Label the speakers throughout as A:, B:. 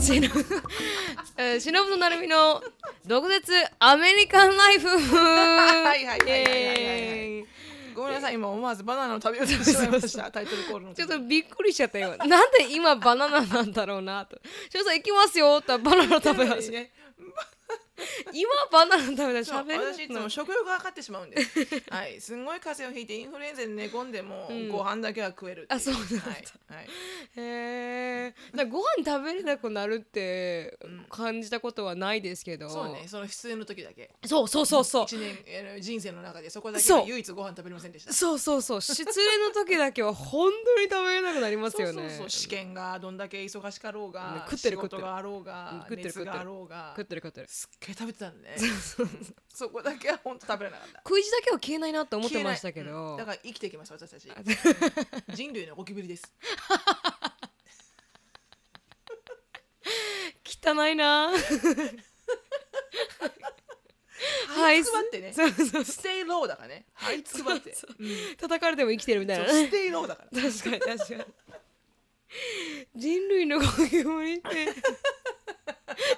A: しの えーしのぶとなるみの毒舌アメリカンライフはい
B: はいはいはいはいはいごめんなさい今思わずバナナを食べようとしてしまいましたタイトルコールの
A: ちょっとびっくりしちゃったよなんで今バナナなんだろうなと「翔さん行きますよ」って言ったらバナナ食べます
B: ね
A: 今バナナ食べたらし
B: そう
A: ゃべれな
B: 私い
A: く
B: つ
A: な
B: も
A: る
B: 食欲が上がってしまうんですはいすんごい風邪をひいてインフルエンザで寝込んでも、
A: うん
B: ご飯だけは食えるってい
A: あそうなんだ
B: はい、はい
A: へえご飯食べれなくなるって感じたことはないですけど
B: そうねその出演の時だけ
A: そうそうそうそう
B: 一年あの人生の中でそこだけ
A: そう
B: が唯一ご飯食べれませんでした
A: そうそうそう失恋の時だけは本当に食べれなくなりますよね
B: そうそうそう試験がどんだけ忙しかろう
A: うん
B: が
A: 食ってる
B: 仕事があろうが
A: 食ってる
B: 熱があろうが
A: 食ってる食って る
B: すっげえ食べてたんでねそこだけは本当食べれなかった
A: 食い地だけは消えないなと思ってましたけ
B: 消えないうん
A: ど
B: だから生きていきます 私たち人類のゴキブリです
A: 汚いな
B: はいつくばってね
A: そうそう
B: ステイローだからねはいつくばって
A: そう
B: うん
A: 叩かれても生きてるみたい
B: そ
A: な
B: う
A: ね
B: ステイローだから
A: 確かに確かに人類のゴキブリって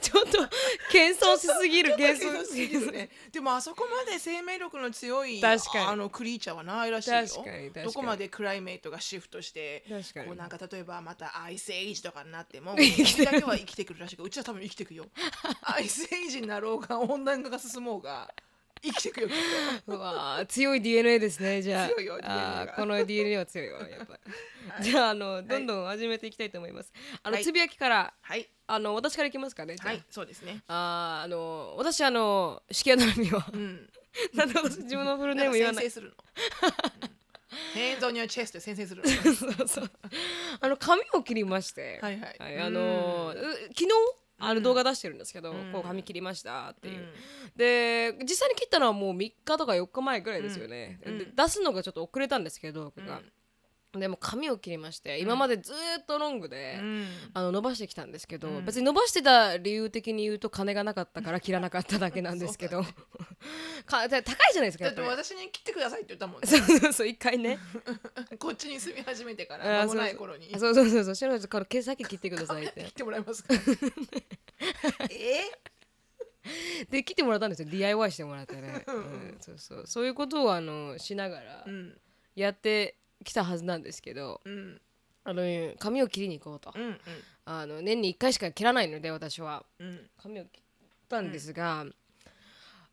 A: ちょっと謙遜しすぎる謙遜しすぎる
B: ね、でもあそこまで生命力の強い
A: 確かに
B: あのクリーチャーはないらしいよ
A: 確かに確かに
B: どこまでクライメイトがシフトして
A: 確かに
B: こうなんか例えばまたアイスエイジとかになっても
A: 生きて
B: 君
A: る
B: だけは生きてくるらしいけどうちは多分生きてくよアイスエイジになろうが温暖化が進もうが生きてくよきっと
A: うわー強い DNA ですねじゃあ
B: 強いよ
A: あ
B: DNA が
A: ーこの DNA は強いわやっぱ りじゃああのどんどん始めていきたいと思いますあの、
B: はい
A: つぶやきから
B: はい
A: あの私からいきますかねじゃあ
B: はいそうですね
A: あーあの私あの死刑のみは
B: うん
A: なんで私自分のフルネ
B: な
A: ー
B: ん
A: ム
B: か
A: 言わ
B: 先
A: ない
B: 制するの ヘンドニアチェスト先制するの
A: そうそうあの髪を切りまして
B: はいはい
A: あのーう昨日あの動画出してるんですけど、
B: ん
A: こう髪切りましたって
B: う
A: い
B: ん
A: う、で実際に切ったのはもう3日とか4日前ぐらいですよね、
B: うん
A: で
B: うん
A: 出すのがちょっと遅れたんですけど僕が、でも髪を切りまして今までずーっとロングで、
B: うん
A: あの伸ばしてきたんですけど、
B: うん
A: 別に伸ばしてた理由的に言うと金がなかった から切らなかっただけなんですけど、 かだ高いじゃないですかや
B: だっ
A: ってぱり
B: 私に切ってくださいって言ったもん ね
A: そうそうそう一回ね
B: こっちに住み始めてから
A: あー
B: 間もない頃に
A: そうそうそうそう白田さんから毛先切ってくださいっ
B: 切
A: て
B: ってもらえますかえ
A: で切ってもらったんですよ DIY してもらってね、 うん、そうそうそういうことをあのしながら
B: うん
A: やってきたはずなんですけど、
B: うん
A: あの髪を切りに行こうと、
B: うんうん
A: あの年に1回しか切らないので私は
B: うん
A: 髪を切ったんですが、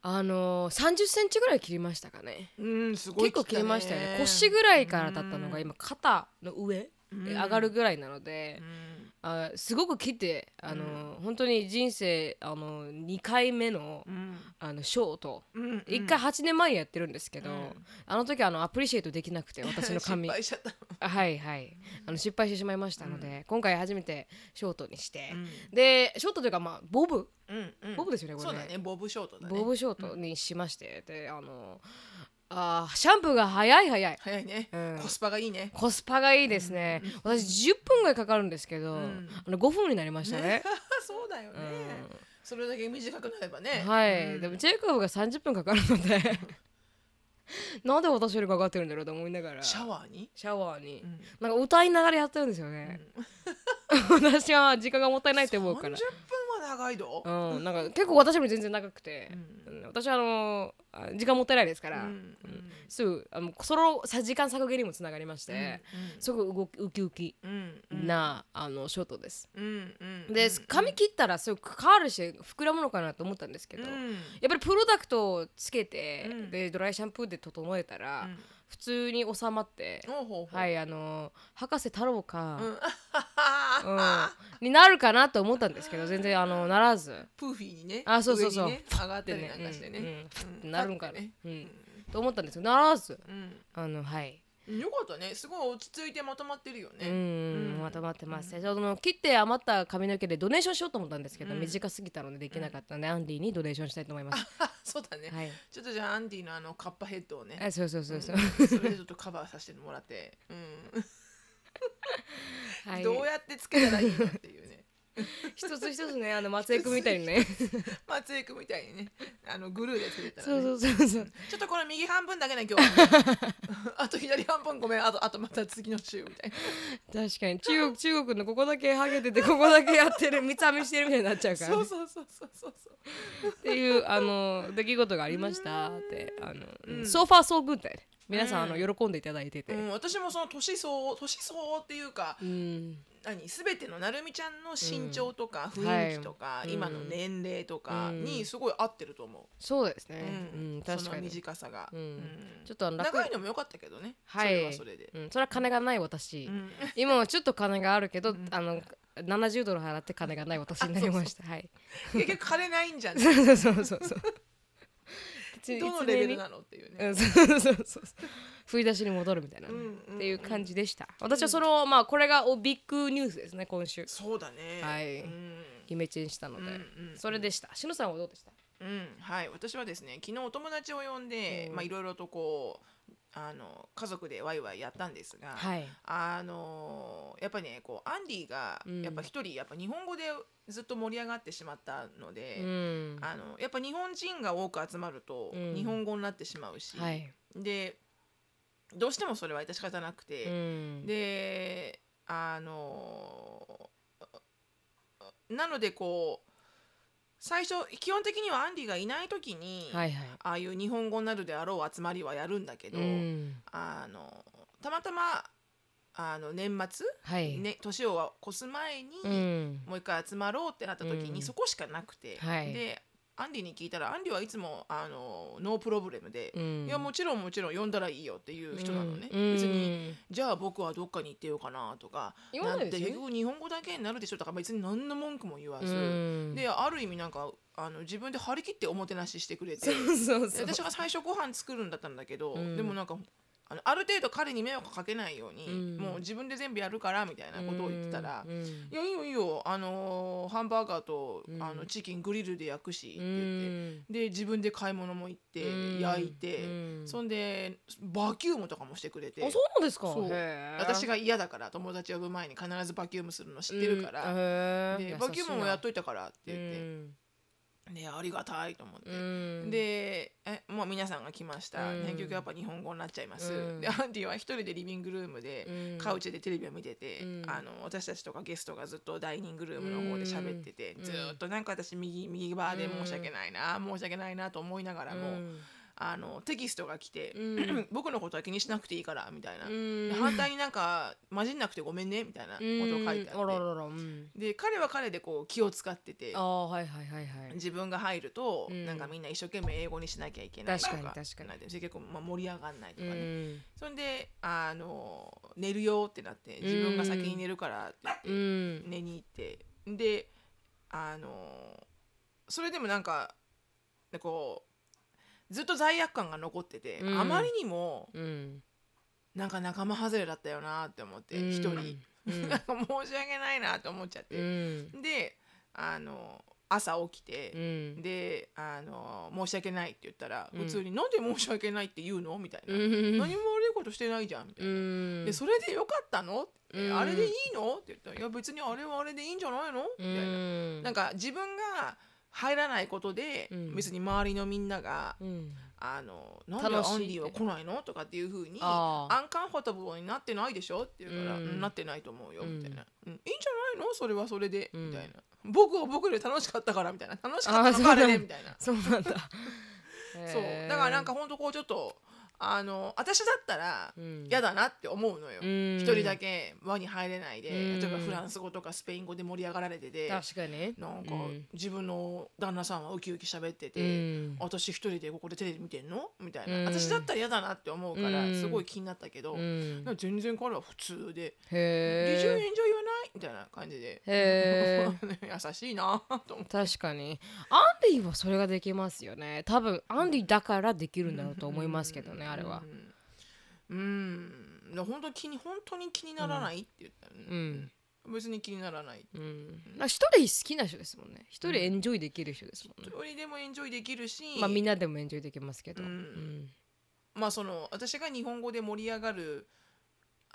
A: あの3 0センチぐらい切りましたかね
B: うんすごい
A: 結構切りましたよね腰
B: ぐ
A: ぐらいからだったのが今肩の上、上がるぐらいなので、あすごく切ってあの、本当に人生あの2回目の
B: うん
A: あのショート
B: うん
A: 1回8年前にやってるんですけど、
B: うん
A: あの時あのアプリシエイトできな くて私の髪
B: 失敗しちゃった
A: はいはいあの失敗してしまいましたので、今回初めてショートにして、
B: うん
A: でショートというかまあボブ
B: うんうん
A: ボブですよねこれ
B: そうだねボブショートだね
A: ボブショートにしまして、であのあーシャンプーが早い早い
B: 早いね
A: うん
B: コスパがいいね
A: コスパがいいですね、私10分ぐらいかかるんですけど、
B: ん
A: あの5分になりましたね
B: そうだよね
A: うん
B: それだけ短くなればね
A: はい、
B: うん
A: でもジェイコブが30分かかるので なんで私よりかかってるんだろうと思いながら
B: シャワーに
A: シャワーに、
B: うん
A: なんか歌いながらやってるんですよね、私は時間がもったいないと思うから
B: 30分は長いど
A: うん、なんか結構私より全然長くて、
B: う
A: うん私はあのあ時間もったいないですか
B: う
A: ら、
B: んうん
A: すぐあのそのさ時間削減にもつながりまして、
B: うん
A: すごく動きウキウキ
B: うんうん
A: な、あのショートです。
B: うんうん
A: で、髪切ったらすごくカールして膨らむのかなと思ったんですけ
B: う
A: ど、
B: ん
A: やっぱりプロダクトをつけて、
B: うん
A: でドライシャンプーで整えたら、
B: うん
A: 普通に収まって、
B: ほうほうほう
A: はいあの博士太郎か、
B: うんあ
A: うんになるかなと思ったんですけど全然あのならず。
B: プーフィーにね
A: あそうそうそう
B: 上にね上がったりなんかして
A: うんう
B: ね
A: んってなるんかな、
B: ね
A: うん、と思ったんですよならず
B: うん
A: あのはい、
B: よかったねすごい落ち着いてまとまってるよ
A: う
B: ね
A: ん
B: うん
A: まとまってます、その切って余った髪の毛でドネーションしようと思ったんですけど、
B: うん
A: 短すぎたのでできなかったので、アンディにドネーションしたいと思います、
B: そうだね
A: はい
B: ちょっとじゃあアンディのあのカッパヘッドをね
A: あそうそうそうそう、
B: うんそれでちょっとカバーさせてもらってうん
A: はい
B: どうやってつけたらいいのっていうね
A: 一つ一つねあの松江君みたいにね
B: 松江君みたいにねあのグルーでつれたら、ね、
A: そうそうそうそう
B: ちょっとこれ右半分だけね今日はね あと左半分ごめんあとあとまた次の週みたいな
A: 確かに中国中国のここだけハゲててここだけやってる三つ編みしてるみたいになっちゃうからね、
B: そうそうそうそうそうそう
A: っていうあの出来事がありましたってあの、
B: うん
A: うん、so far so good だよね皆さん、
B: う
A: あの喜んでいただいてて、
B: うん、私もその年相応年相応っていうか
A: うん
B: 何全てのなるみちゃんの身長とか雰囲気とか、
A: はい
B: 今の年齢とか
A: う
B: に
A: ん
B: すごい合ってると思
A: そうです
B: う、
A: ね、
B: う
A: うんん確
B: そ
A: か
B: の
A: に
B: 短さが、
A: うん
B: ち
A: ちょ
B: ょっ
A: っとあ
B: と
A: の
B: 長
A: 楽
B: いのも良かったけどね、
A: はい
B: それはそれで、
A: うん、それは金がない私、
B: うん
A: 今はちょっと金があるけど、
B: ん
A: あの70ドル払って金がない私になりましたはい
B: 結局金ないんじゃんど
A: そうそうそうそう そう
B: のレベルなのっていう
A: う
B: ね、
A: んそうそうそうそう振り出しに戻るみたいなね、
B: うんうん
A: っていう感じでした私はその、まあこれがおビッグニュースですね今週
B: そうだね
A: はい
B: うん
A: イメチェンしたので、
B: うんうん
A: それでしたしのさんはどうでした
B: うんはい、私はですね昨日お友達を呼んで、
A: うん
B: まあ、いろいろとこうあの家族でワイワイやったんですが、
A: はい
B: あのーやっぱりねこうアンディが
A: うん
B: やっぱ一人やっぱ日本語でずっと盛り上がってしまったので、
A: うん
B: あのやっぱ日本人が多く集まると
A: うん
B: 日本語になってしまうし、
A: はい
B: でどうしてもそれは致し方なく
A: う
B: て、
A: ん
B: であのーなのでこう最初基本的にはアンディがいない時に、
A: はいはい
B: ああいう日本語になるであろう集まりはやるんだけど、
A: うん
B: あのたまたまあの年末
A: はい、
B: ね、年を越す前に、
A: うん
B: もう一回集まろうってなった時に、
A: うん
B: そこしかなくて、
A: はい
B: でアンディに聞いたらアンディはいつもあのノープロブレムで、
A: うん
B: いやもちろんもちろん呼んだらいいよっていう人なのね、
A: うん
B: 別に
A: うん
B: じゃあ僕はどっかに行ってようかなとか
A: 言わない
B: んて
A: です
B: 結
A: よね
B: 局日本語だけになるでしょとから別に何の文句も言わず、
A: うん
B: である意味なんかあの自分で張り切っておもてなししてくれ
A: そ
B: て
A: う
B: で
A: そう
B: 私が最初ご飯作るんだったんだけど、
A: うん
B: でもなんかあのある程度彼に迷惑かけないように、
A: うん
B: もう自分で全部やるからみたいなことを言ってたら「
A: うんうん
B: いやいいよいいよあのーハンバーガーと、
A: うん
B: あのチキングリルで焼くし」って言って、で自分で買い物も行って、
A: うん
B: 焼いて、
A: うん
B: そんでバキュームとかもしてくれて
A: あそうなんですか
B: そう私
A: が
B: が嫌だから友達呼ぶ前に必ずバキュームするの知ってるから、でバキュームもやっといたからって言って、ねありがたいと思って。
A: うん、
B: でえもう皆さんが来ました、
A: うん
B: 結局やっぱ日本語になっちゃいます、
A: うん
B: でアンディは一人でリビングルームで、
A: うん
B: カウチでテレビを見てて、
A: うん
B: あの私たちとかゲストがずっとダイニングルームの方で喋ってて、
A: うん
B: ずーっとなんか私右右バーで申し訳ないな、申し訳ないなと思いながらも、
A: うん
B: あのテキストが来て、
A: う
B: 僕のことは気にしなくていいからみたいな、
A: うん
B: で 反対になんか混じんなくてごめんねみたいなことを書いてあ
A: う
B: って、
A: んあらららら、うん、
B: で彼は彼でこう気を使ってて
A: あ。ーはいはいはいはい
B: 自分が入ると、
A: うん
B: なんかみんな一生懸命英語にしなきゃいけないとか
A: 確かに確かに
B: なんて結構、まあ、盛り上がんないと
A: う
B: かね、
A: ん
B: それであの寝るよってなって自分が先に寝るからって言って、
A: うん
B: 寝に行ってであのそれでもなんかこうずっと罪悪感が残ってて、
A: うん
B: あまりにも
A: うん
B: なんか仲間外れだったよなって思って
A: うん
B: 一、人、
A: うん
B: なんか申し訳ないなって思っちゃって、
A: うん
B: であの朝起きて、
A: うん
B: であの「申し訳ない」って言ったら、
A: うん
B: 普通に「なんで申し訳ないって言うの?」みたいな、
A: うん
B: 何も悪いことしてないじゃん」みたいな。
A: うん
B: でそれでよかったの、って
A: うん
B: あれでいいのって言ったら「いや別にあれはあれでいいんじゃないの?」みたいな,、
A: うん
B: なんか自分が入らないことで、
A: うん
B: 別に周りのみんなが
A: うん
B: 「あのなんでア
A: 楽しい
B: ン
A: って
B: ディは来ないの?」とかっていうふうに「
A: あー
B: アンカンフォータブルになってないでしょ?」って言うから「
A: うん
B: うんなってないと思うよ」
A: うん
B: みたいな、うんいいんじゃないのそれはそれで」
A: うん
B: みたいな「僕は僕で楽しかったから」みたいな「楽しかったのかあれ
A: あーそう
B: で」
A: だ
B: みたいな
A: そうなんだ
B: そう
A: へー
B: だからなんかほんとこうちょっとあの私だったら
A: うん
B: 嫌だなって思うのよ
A: う
B: 一、
A: ん
B: 人だけ輪に入れないで、
A: うん
B: 例えばフランス語とかスペイン語で盛り上がられててなんか
A: 確かにうん
B: 自分の旦那さんはウキウキ喋って
A: う
B: て、
A: ん
B: 私一人でここでテレビ見てんのみたいな、
A: うん
B: 私だったら嫌だなって思うから、
A: うん
B: すごい気になったけど、
A: うん
B: なんか全然彼は普通で「
A: へ
B: 二十円
A: ー
B: じゃ言わない?」みたいな感じで
A: へー
B: 優しいなと思って。
A: 確かにアンディはそれができますよね多分アンディだからできるんだろうと思いますけどねあれは
B: うんうんだから本当に気に本当に気にならないって言ったら、ね
A: うん
B: 別に気にならない
A: うんなんか一人好きな人ですもんね一人エンジョイできる人ですもんね
B: 一人でもエンジョイできるし、
A: まあみんなでもエンジョイできますけど
B: う
A: うんん
B: まあその私が日本語で盛り上がる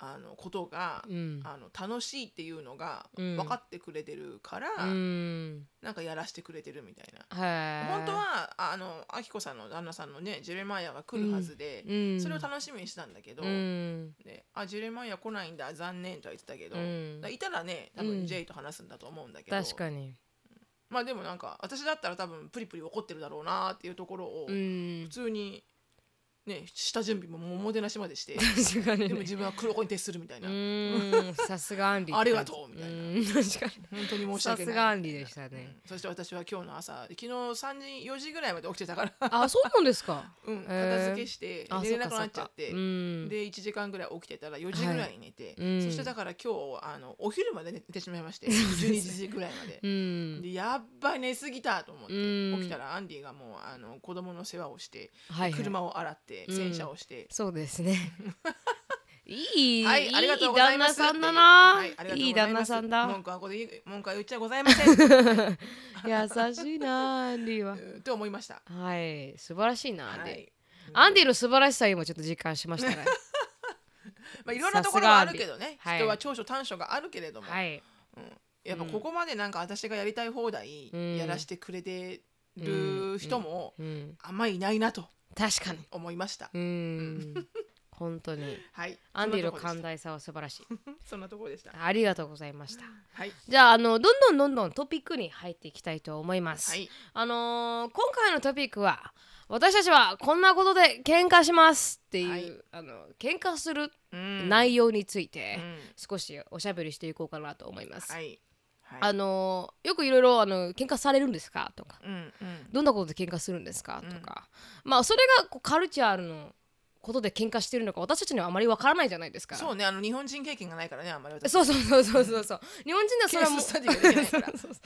B: あのことが、
A: うん
B: あの楽しいっていうのが
A: うん
B: 分かってくれてるから、
A: うん
B: なんかやらしてくれてるみたいな。
A: はい
B: 本当はあのアキコさんの旦那さんのねジェレマイアが来るはずで、
A: うん
B: それを楽しみにしてたんだけど、
A: うん
B: であジェレマイア来ないんだ残念とは言ってたけど、
A: うん
B: だからいたらね多
A: うん
B: 分 J と話すんだと思うんだけど、
A: 確かに
B: まあでもなんか私だったら多分プリプリ怒ってるだろうなっていうところを
A: う
B: 普
A: ん
B: 通にね下準備ももうおもてなしまでし て
A: 確かにね
B: でも自分は黒子に徹するみたいうな、
A: ーんさすがアンリ
B: ありがとうみたいな
A: な確かに
B: 本当に申し訳ない
A: さすがアンリでしたね
B: うんそして私は今日の朝昨日3時4時ぐらいまで起きてたから、
A: あそうなんですか
B: うん、
A: へー
B: 片付けして
A: あそ
B: 寝れ
A: っ
B: な
A: か
B: く
A: そ
B: なっ
A: っ
B: ちゃ
A: か
B: って
A: うん
B: で1時間ぐらい起きてたら4時ぐらいに寝て、
A: うん
B: そしてだから今日あのお昼まで寝てしまいまして12時 ぐらいまで
A: う。ん
B: でやっばい寝すぎたと思って、
A: うん
B: 起きたらアンディがもうあの子供の世話をして、
A: はいはい
B: 車を洗って
A: うん
B: 洗車をして、
A: そうです ねいい
B: はい
A: い
B: ありがとう
A: い
B: ござ
A: 旦
B: いま
A: 那
B: す
A: さんだ
B: は
A: ない
B: ありがとうございます
A: いい旦那さんだ
B: 文句はここで言う文句は言っちゃございません う
A: 優しいなアンディは
B: んと思いました
A: はい素晴らしいなアンデ
B: は
A: ィ
B: い
A: アンディの素晴らしさを今ちょっと実感しま したね
B: まあいろんなところはあるけどね、
A: さすがアンディはい
B: 人は長所短所があるけれども、
A: はい
B: うんやっぱここまでなんか私がやりたい放題
A: うん
B: やらしてくれてる人も
A: うん
B: あんまりいないなと
A: 確かに
B: 思いました、
A: うーん本当に
B: はい
A: アンディの
B: そん
A: 寛
B: なとこ
A: 大さは素晴らしい
B: でしたそんなところでした
A: ありがとうございました
B: はい
A: じゃああのどんどんどんどんトピックに入っていきたいと思います、
B: はい
A: あのー今回のトピックは私たちはこんなことで喧嘩しますっていう、
B: はい
A: あの喧嘩する
B: うん
A: 内容について、
B: うん
A: 少しおしゃべりしていこうかなと思います、
B: はいはい
A: あのーよくいろいろあの喧嘩されるんですかとか
B: うんうん
A: どんなことで喧嘩するんですかとか、まあそれがこうカルチャーのことで喧嘩してるのか私たちにはあまりわからないじゃないですか
B: そうねあの日本人経験がないからねあんまり私
A: そうそうそうそうそうそう日本人ではそ
B: ケ
A: れ
B: ー
A: はもう
B: ススタディができないから
A: そうそうそう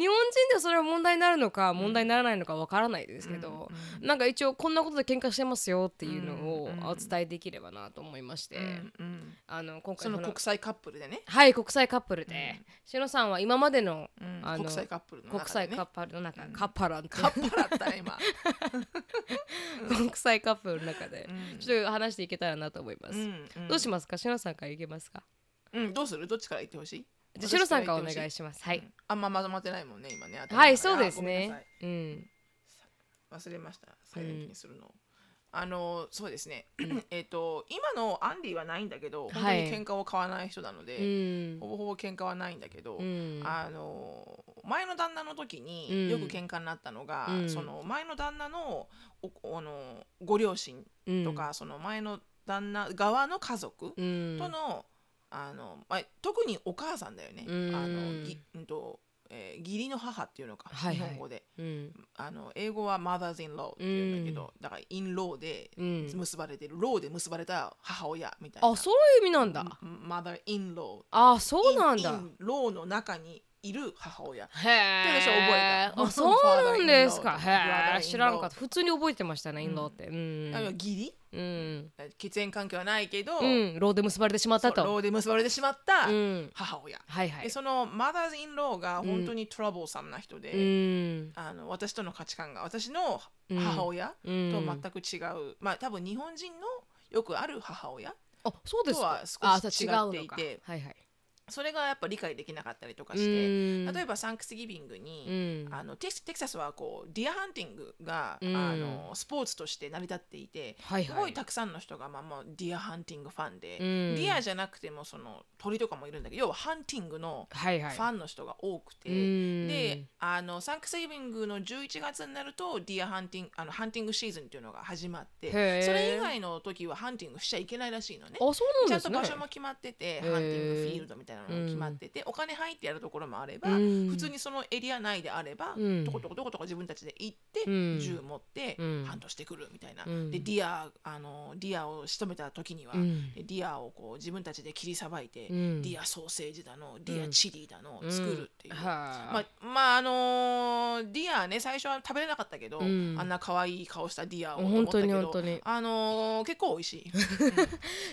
A: 日本人ではそれは問題になるのか問題にならないのかわからないですけど、なんか一応こんなことで喧嘩してますよっていうのを
B: うん
A: お伝えできればなと思いまして、
B: うんうん
A: あの今
B: そ
A: 回
B: の
A: この
B: 国際カップルでね
A: はい国際カップルで、しのさんは今までの,、
B: うん
A: あの
B: 国際カップルの
A: 国
B: 中
A: 際
B: でね
A: カップルの中、カッパランって
B: カップルだったね今
A: 国際カップルの中で
B: う、ん
A: ちょっと話していけたらなと思います、
B: うん
A: どうしますかしのさんからいけますか
B: うんどうするどっちから言ってほしい
A: じゃあしのさんからお願
B: 私ら言
A: い
B: って
A: しますは
B: ほ
A: い
B: しい、うんあんままとまってないもんね今ね頭の中
A: はいそうです
B: あごめんなさ
A: ね
B: い
A: うん
B: 忘れましたサイレントにするのを、あのそうですね えっと今のアンディはないんだけど本当
A: はい
B: に喧嘩を買わない人なので、
A: うん
B: ほぼほぼ喧嘩はないんだけど、
A: うん
B: あの前の旦那の時
A: うん
B: によく喧嘩になったのが、
A: うん
B: その前の旦那のおあのご両親とか、その前の旦那側の家族
A: うん
B: との,、あのまあ、特にお母さんだよね、
A: うん
B: あのぎうんとえー義理の母っていうのか、
A: はいはい
B: 日本語で
A: うん
B: あの英語は mothers in law っていうんだけど、だから in law で
A: うん、
B: 結ばれてる、law で結ばれた母親みたいな
A: あそういう意味なんだ、
B: mother in law
A: あそうなんだ
B: in- in law の中にいる母親
A: へえ
B: って私は覚えた
A: あそうなんですか
B: Father-in-law とか
A: へえ
B: brother-in-law
A: 知らんかった普通に覚えてましたねインドってう
B: あるいは
A: ん
B: 義理
A: うん
B: 血縁関係はないけど、
A: うんローで結ばれてしまった
B: そう
A: と
B: 労で結ばれてしまった
A: うん
B: 母親、
A: はいは
B: で
A: い
B: その mothers in law が本当にトラブルサムな人で、
A: うん
B: あの私との価値観が私の
A: うん
B: 母親
A: うん
B: と全く違う、まあ多分日本人のよくある母親
A: あそうですか
B: とは少し
A: あじゃあ
B: 違っていて
A: 違うのかはいはい
B: それがやっぱ理解できなかったりとかして、例
A: 例
B: えばサンクスギビングに、
A: うん
B: あのテキテキサスはこうディアハンティングが、
A: うん
B: あのスポーツとして成り立っていて
A: はい
B: すご
A: はいい
B: たくさんの人が、まあ、もうディアハンティングファンで、
A: うん
B: ディアじゃなくてもその鳥とかもいるんだけど要はハンティングの
A: はい
B: フ
A: はい
B: ァンの人が多くて、
A: うん
B: であのサンクスギビングの11月になるとディアハンティングあのハンティングシーズンっていうのが始まって
A: へー
B: それ以外の時はハンティングしちゃいけないらしいのね。
A: あそう
B: ち
A: な
B: ゃ
A: んで
B: ん
A: す
B: と
A: ね
B: 場所も決まってて、
A: へー
B: ハンティングフィールドみたいなのも決まってて、お金入ってやるところもあれば、
A: うん
B: 普通にそのエリア内であれば、
A: うん
B: とことことことこ自分たちで行って、
A: うん
B: 銃持って、
A: うん
B: ハントしてくるみたいな、
A: うん
B: でディアあのディアを仕留めた時には、
A: うん
B: でディアをこう自分たちで切りさばいて、
A: うん
B: ディアソーセージだのディアチリだの、
A: うん
B: 作るっていう。ま
A: は
B: あまああのーディアね最初は食べれなかったけど、
A: うん
B: あんな可愛い顔したディア
A: あ
B: をと思
A: 本
B: った
A: 当
B: け
A: に
B: ど
A: 本当に
B: あのー結構美味しい。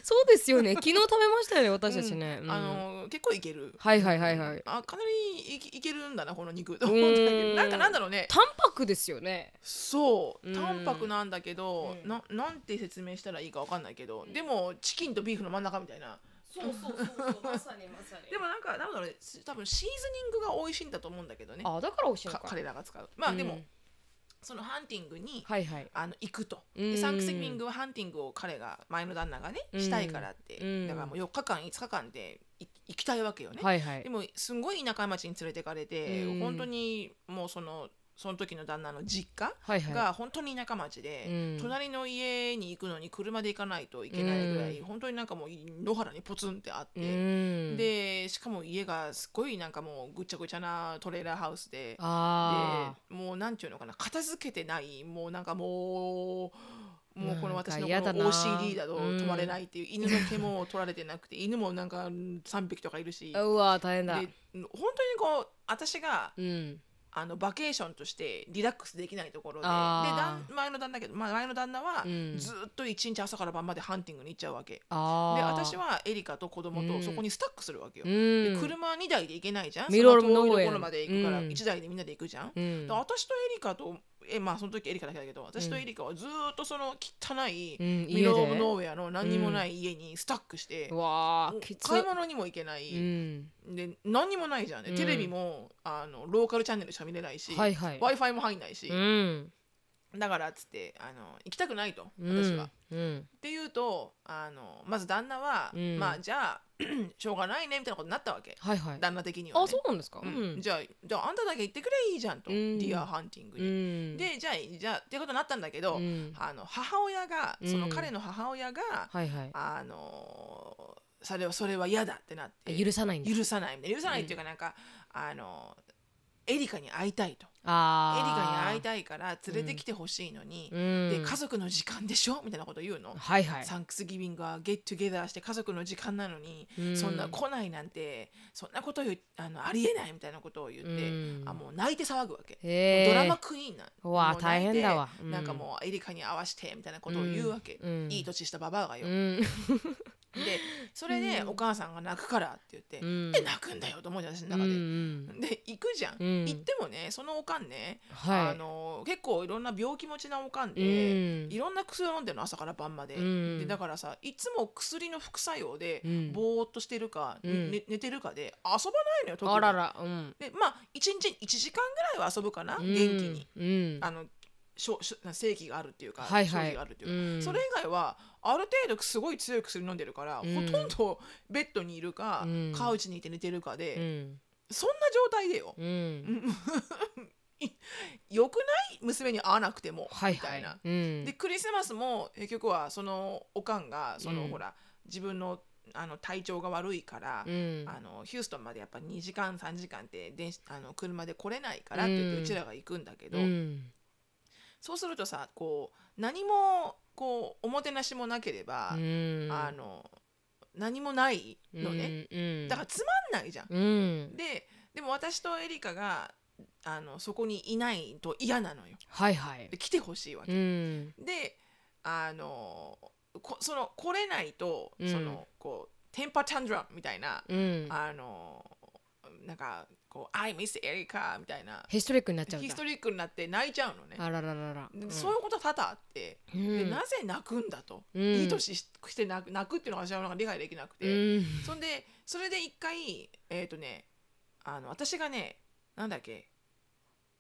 A: そうです よね昨日食べましたよね私たちね
B: うんあの結構いける
A: はいはいはいはい
B: あかなりいいけるんだなこの肉と思ったけど なんかなんだろうね
A: タンパクですよね
B: そう
A: うん
B: 淡白なんだけど
A: うん
B: ななんて説明したらいいかわかんないけどでもチキンとビーフの真ん中みたいな
A: そうそうそうそうまさにまさに
B: でもなんかなんだろうねす多分シーズニングが美味しいんだと思うんだけどね
A: あだからおいしいの
B: か
A: か
B: 彼らが使うまあでも、
A: うん
B: そのハンティングに、
A: はいはい
B: あの行くと
A: う
B: で
A: ん
B: サンクスギビングはハンティングを彼が前の旦那がね
A: うん
B: したいからって
A: うん
B: だからもう4日間5日間でい行きたいわけよね
A: はいはい
B: でもすんごい田舎町に連れてかれて
A: うん
B: 本当にもうそのその時の旦那の実家
A: はいはい
B: が本当に田舎町で
A: うん
B: 隣の家に行くのに車で行かないといけないぐらい
A: うん
B: 本当になんかもう野原にポツンってあっ
A: う
B: て
A: ん
B: でしかも家がすごいなんかもうぐちゃぐちゃなトレーラーハウスで
A: あ
B: でもうなんていうのかな片付けてないもうなんかもうもうこの
A: なんか
B: 私のこ
A: 嫌だな
B: の OCD だと
A: うん
B: 止まれないっていう、犬の毛も取られてなくて犬もなんかうん3匹とかいるし
A: あ
B: で
A: うわ大変だ
B: 本当にこう私が
A: うん
B: あのバケーションとしてリラックスできないところでで
A: あー
B: 旦前の旦那けど、まあ、前の旦那は
A: うん
B: ずっと一日朝から晩までハンティングに行っちゃうわけ、
A: あ
B: で
A: あ
B: 私はエリカと子供
A: う
B: と
A: ん
B: そこにスタックするわけよ、
A: う
B: で
A: ん
B: 車2台で行けないじゃん
A: ミロ
B: その遠い
A: 農園
B: ところまで行くから
A: うん
B: 1台でみんなで行くじゃん
A: うん
B: で私とエリカとえまあその時エリカだけだけど私とエリカはずーっとその汚い
A: うん
B: ミロー
A: 家
B: ブ
A: で
B: ノーウェアの何にもない家にスタックして、
A: うわ
B: もう
A: ーきつ
B: 買い物にも行けな
A: う
B: い、
A: ん
B: で何にもないじゃんね、
A: うん
B: テレビもあのローカルチャンネルしか見れないし、
A: はいはい
B: w i f i も入んないし
A: う、ん
B: だからっつってあの行きたくないと
A: うん
B: 私は。っ
A: うん
B: ていうとあのまず旦那は、
A: うん
B: まあじゃあ しょうがないねみたいなことになったわけ
A: はいはい
B: 旦那的には、ね
A: あそうなんですかう
B: うん
A: ん
B: じゃあじゃああんただけ行ってくれいいじゃんと、
A: うん
B: ディアハンティングに。
A: うん
B: でじゃあじゃあってことになったんだけど、
A: うん
B: あの母親が
A: うん
B: その彼の母親が、
A: はいはい
B: あのーそれはそれは嫌だってなって
A: あ許さないんだ
B: 許さないみたいな許さないっていうかなんか、あのーエリカに会いたいとエリカに
A: ああ
B: 会いたいから連れてきてほしいのに、
A: で
B: で家族の時間でしょみたいなこと言うの、
A: はいはい
B: サンクスギビングはゲットゲザーして家族の時間なのに、
A: うん
B: そんな来ないなんてそんなこと言うあのありえないみたいなことを言って、
A: うん
B: あもう泣いて騒ぐわけ。
A: へー
B: ドラマクイーンなん
A: うわ
B: も泣いて
A: 大変だわうん
B: なんかもうエリカに合わせてみたいなことを言うわけ、
A: うんうん
B: いい年したババアがよ、
A: う
B: で
A: ん
B: それでお母さんが泣くからって言って、
A: うん
B: で泣くんだよと思うじゃん私の
A: うん
B: 中
A: う
B: で、
A: ん
B: で行くじゃん、
A: うん
B: 行ってもねそのおかんね、
A: はい
B: あの結構いろんな病気持ちなおかん
A: う
B: で、
A: ん
B: いろんな薬を飲んでるの朝から晩まで,、
A: うん
B: でだからさいつも薬の副作用で、
A: うん
B: ぼーっとしてるか、
A: うん
B: ね寝てるかで遊ばないのよ特に
A: あららうん
B: でまあ1日1時間ぐらいは遊ぶかな、
A: うん
B: 元気に
A: うん
B: あのしょしょ正規があるっていうか、
A: はいはい
B: 正気があるっていうか、
A: うん
B: それ以外はある程度すごい強い薬飲んでるから、
A: うん
B: ほとんどベッドにいるか、
A: うん
B: カウチにいて寝てるかで、
A: うん
B: そんな状態でよ、
A: うん
B: よくない娘に会わなくても、
A: はい
B: みた
A: はいい
B: な。
A: うん
B: でクリスマスも結局はそのおかんがその、
A: うん
B: ほら自分のあの体調が悪いから、
A: うん
B: あのヒューストンまでやっぱ2時間3時間って電子あの車で来れないからって言って
A: うん
B: うちらが行くんだけど、
A: うん
B: そうするとさこう何もこうおもてなしもなければ、
A: うん
B: あの何もないのね、
A: うん
B: だからつまんないじゃん。
A: うん
B: ででも私とエリカがあのそこにいないと嫌なのよ。
A: はいはい
B: で来てほしいわけ。
A: うん
B: であのこその来れないと、
A: うん
B: そのこうテンパタンドラムみたいな、
A: うん
B: あのなんかこう「I miss Erica」みたいな
A: ヒストリックになっちゃうん
B: ヒス
A: だ
B: トリックになって泣いちゃうのね。
A: あらららら
B: でそういうこと多々あって。
A: うん
B: でなぜ泣くんだと、
A: うん
B: いい年して泣く泣くっていうのが私はなんか理解できなく
A: う
B: て、
A: ん
B: そんでそれで一回えっ、とねあの私がねなんだっけ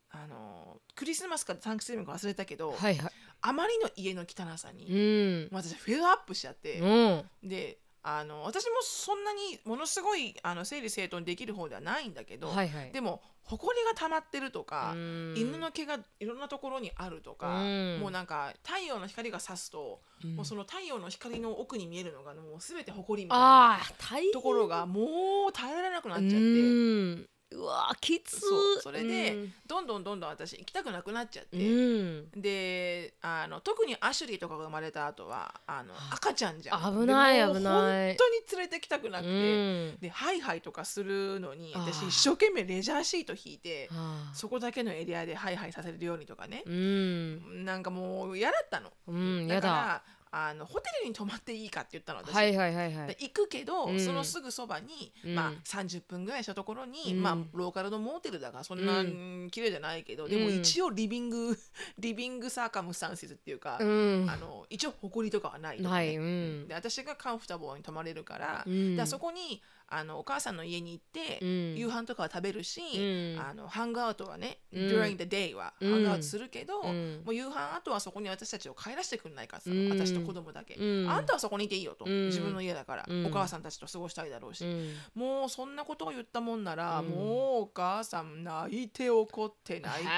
B: あのクリスマスかサンクスギビングか忘れたけど、
A: はいはい
B: あまりの家の汚さに、
A: うん
B: もう私フェードアップしちゃって、
A: うん
B: であの私もそんなにものすごいあの整理整頓できる方ではないんだけど、
A: はいはい
B: でも埃が溜まってるとか、
A: うん
B: 犬の毛がいろんなところにあるとか、
A: うん
B: もうなんか太陽の光が差すと、
A: うん
B: もうその太陽の光の奥に見えるのがもう全て埃みたいな
A: ああ大変
B: ところがもう耐えられなくなっちゃっ
A: う
B: て、
A: んうわきつ
B: そうそれで、
A: うん
B: どんどんどんどん私行きたくなくなっちゃって、
A: うん
B: であの特にアシュリーとかが生まれた後はあの赤ちゃんじゃん
A: 危ない
B: でもう
A: 危ない
B: 本当に連れてきたくなく
A: う
B: て、
A: ん
B: でハイハイとかするのに
A: あー
B: 私一生懸命レジャーシート引いて
A: あー
B: そこだけのエリアでハイハイさせるようにとかね、
A: うん
B: なんかもう嫌だったの、
A: うんや
B: だか
A: だ
B: らあのホテルに泊まっていいかって言ったの私、
A: はいはいはいは
B: で
A: い
B: 行くけど、
A: うん
B: そのすぐそばに、
A: うん
B: まあ、30分ぐらいしたところに、
A: うん
B: まあ、ローカルのモーテルだからそんな、
A: うん
B: うん綺麗じゃないけどでも
A: うん
B: 一応リビング リビングサーカムスタンシズっていうか、
A: うん
B: あの一応埃とかはないとかね
A: はいうん
B: で私がカンフタボーに泊まれるから,、
A: うん
B: だからそこにあのお母さんの家に行って、
A: うん
B: 夕飯とかは食べるし、
A: うん
B: あのハングアウトはね、
A: うん
B: during the day はハ
A: うん
B: ングアウトするけど、
A: うん
B: もう夕飯あとはそこに私たちを帰らせてくんないかさ、
A: うん
B: 私と子供だけ、
A: うん
B: あんたはそこにいていいよと、
A: うん
B: 自分の家だから、
A: うん
B: お母さんたちと過ごしたいだろうし、
A: うん
B: もうそんなことを言ったもんなら、
A: うん
B: もうお母さん泣いて怒って泣いて怒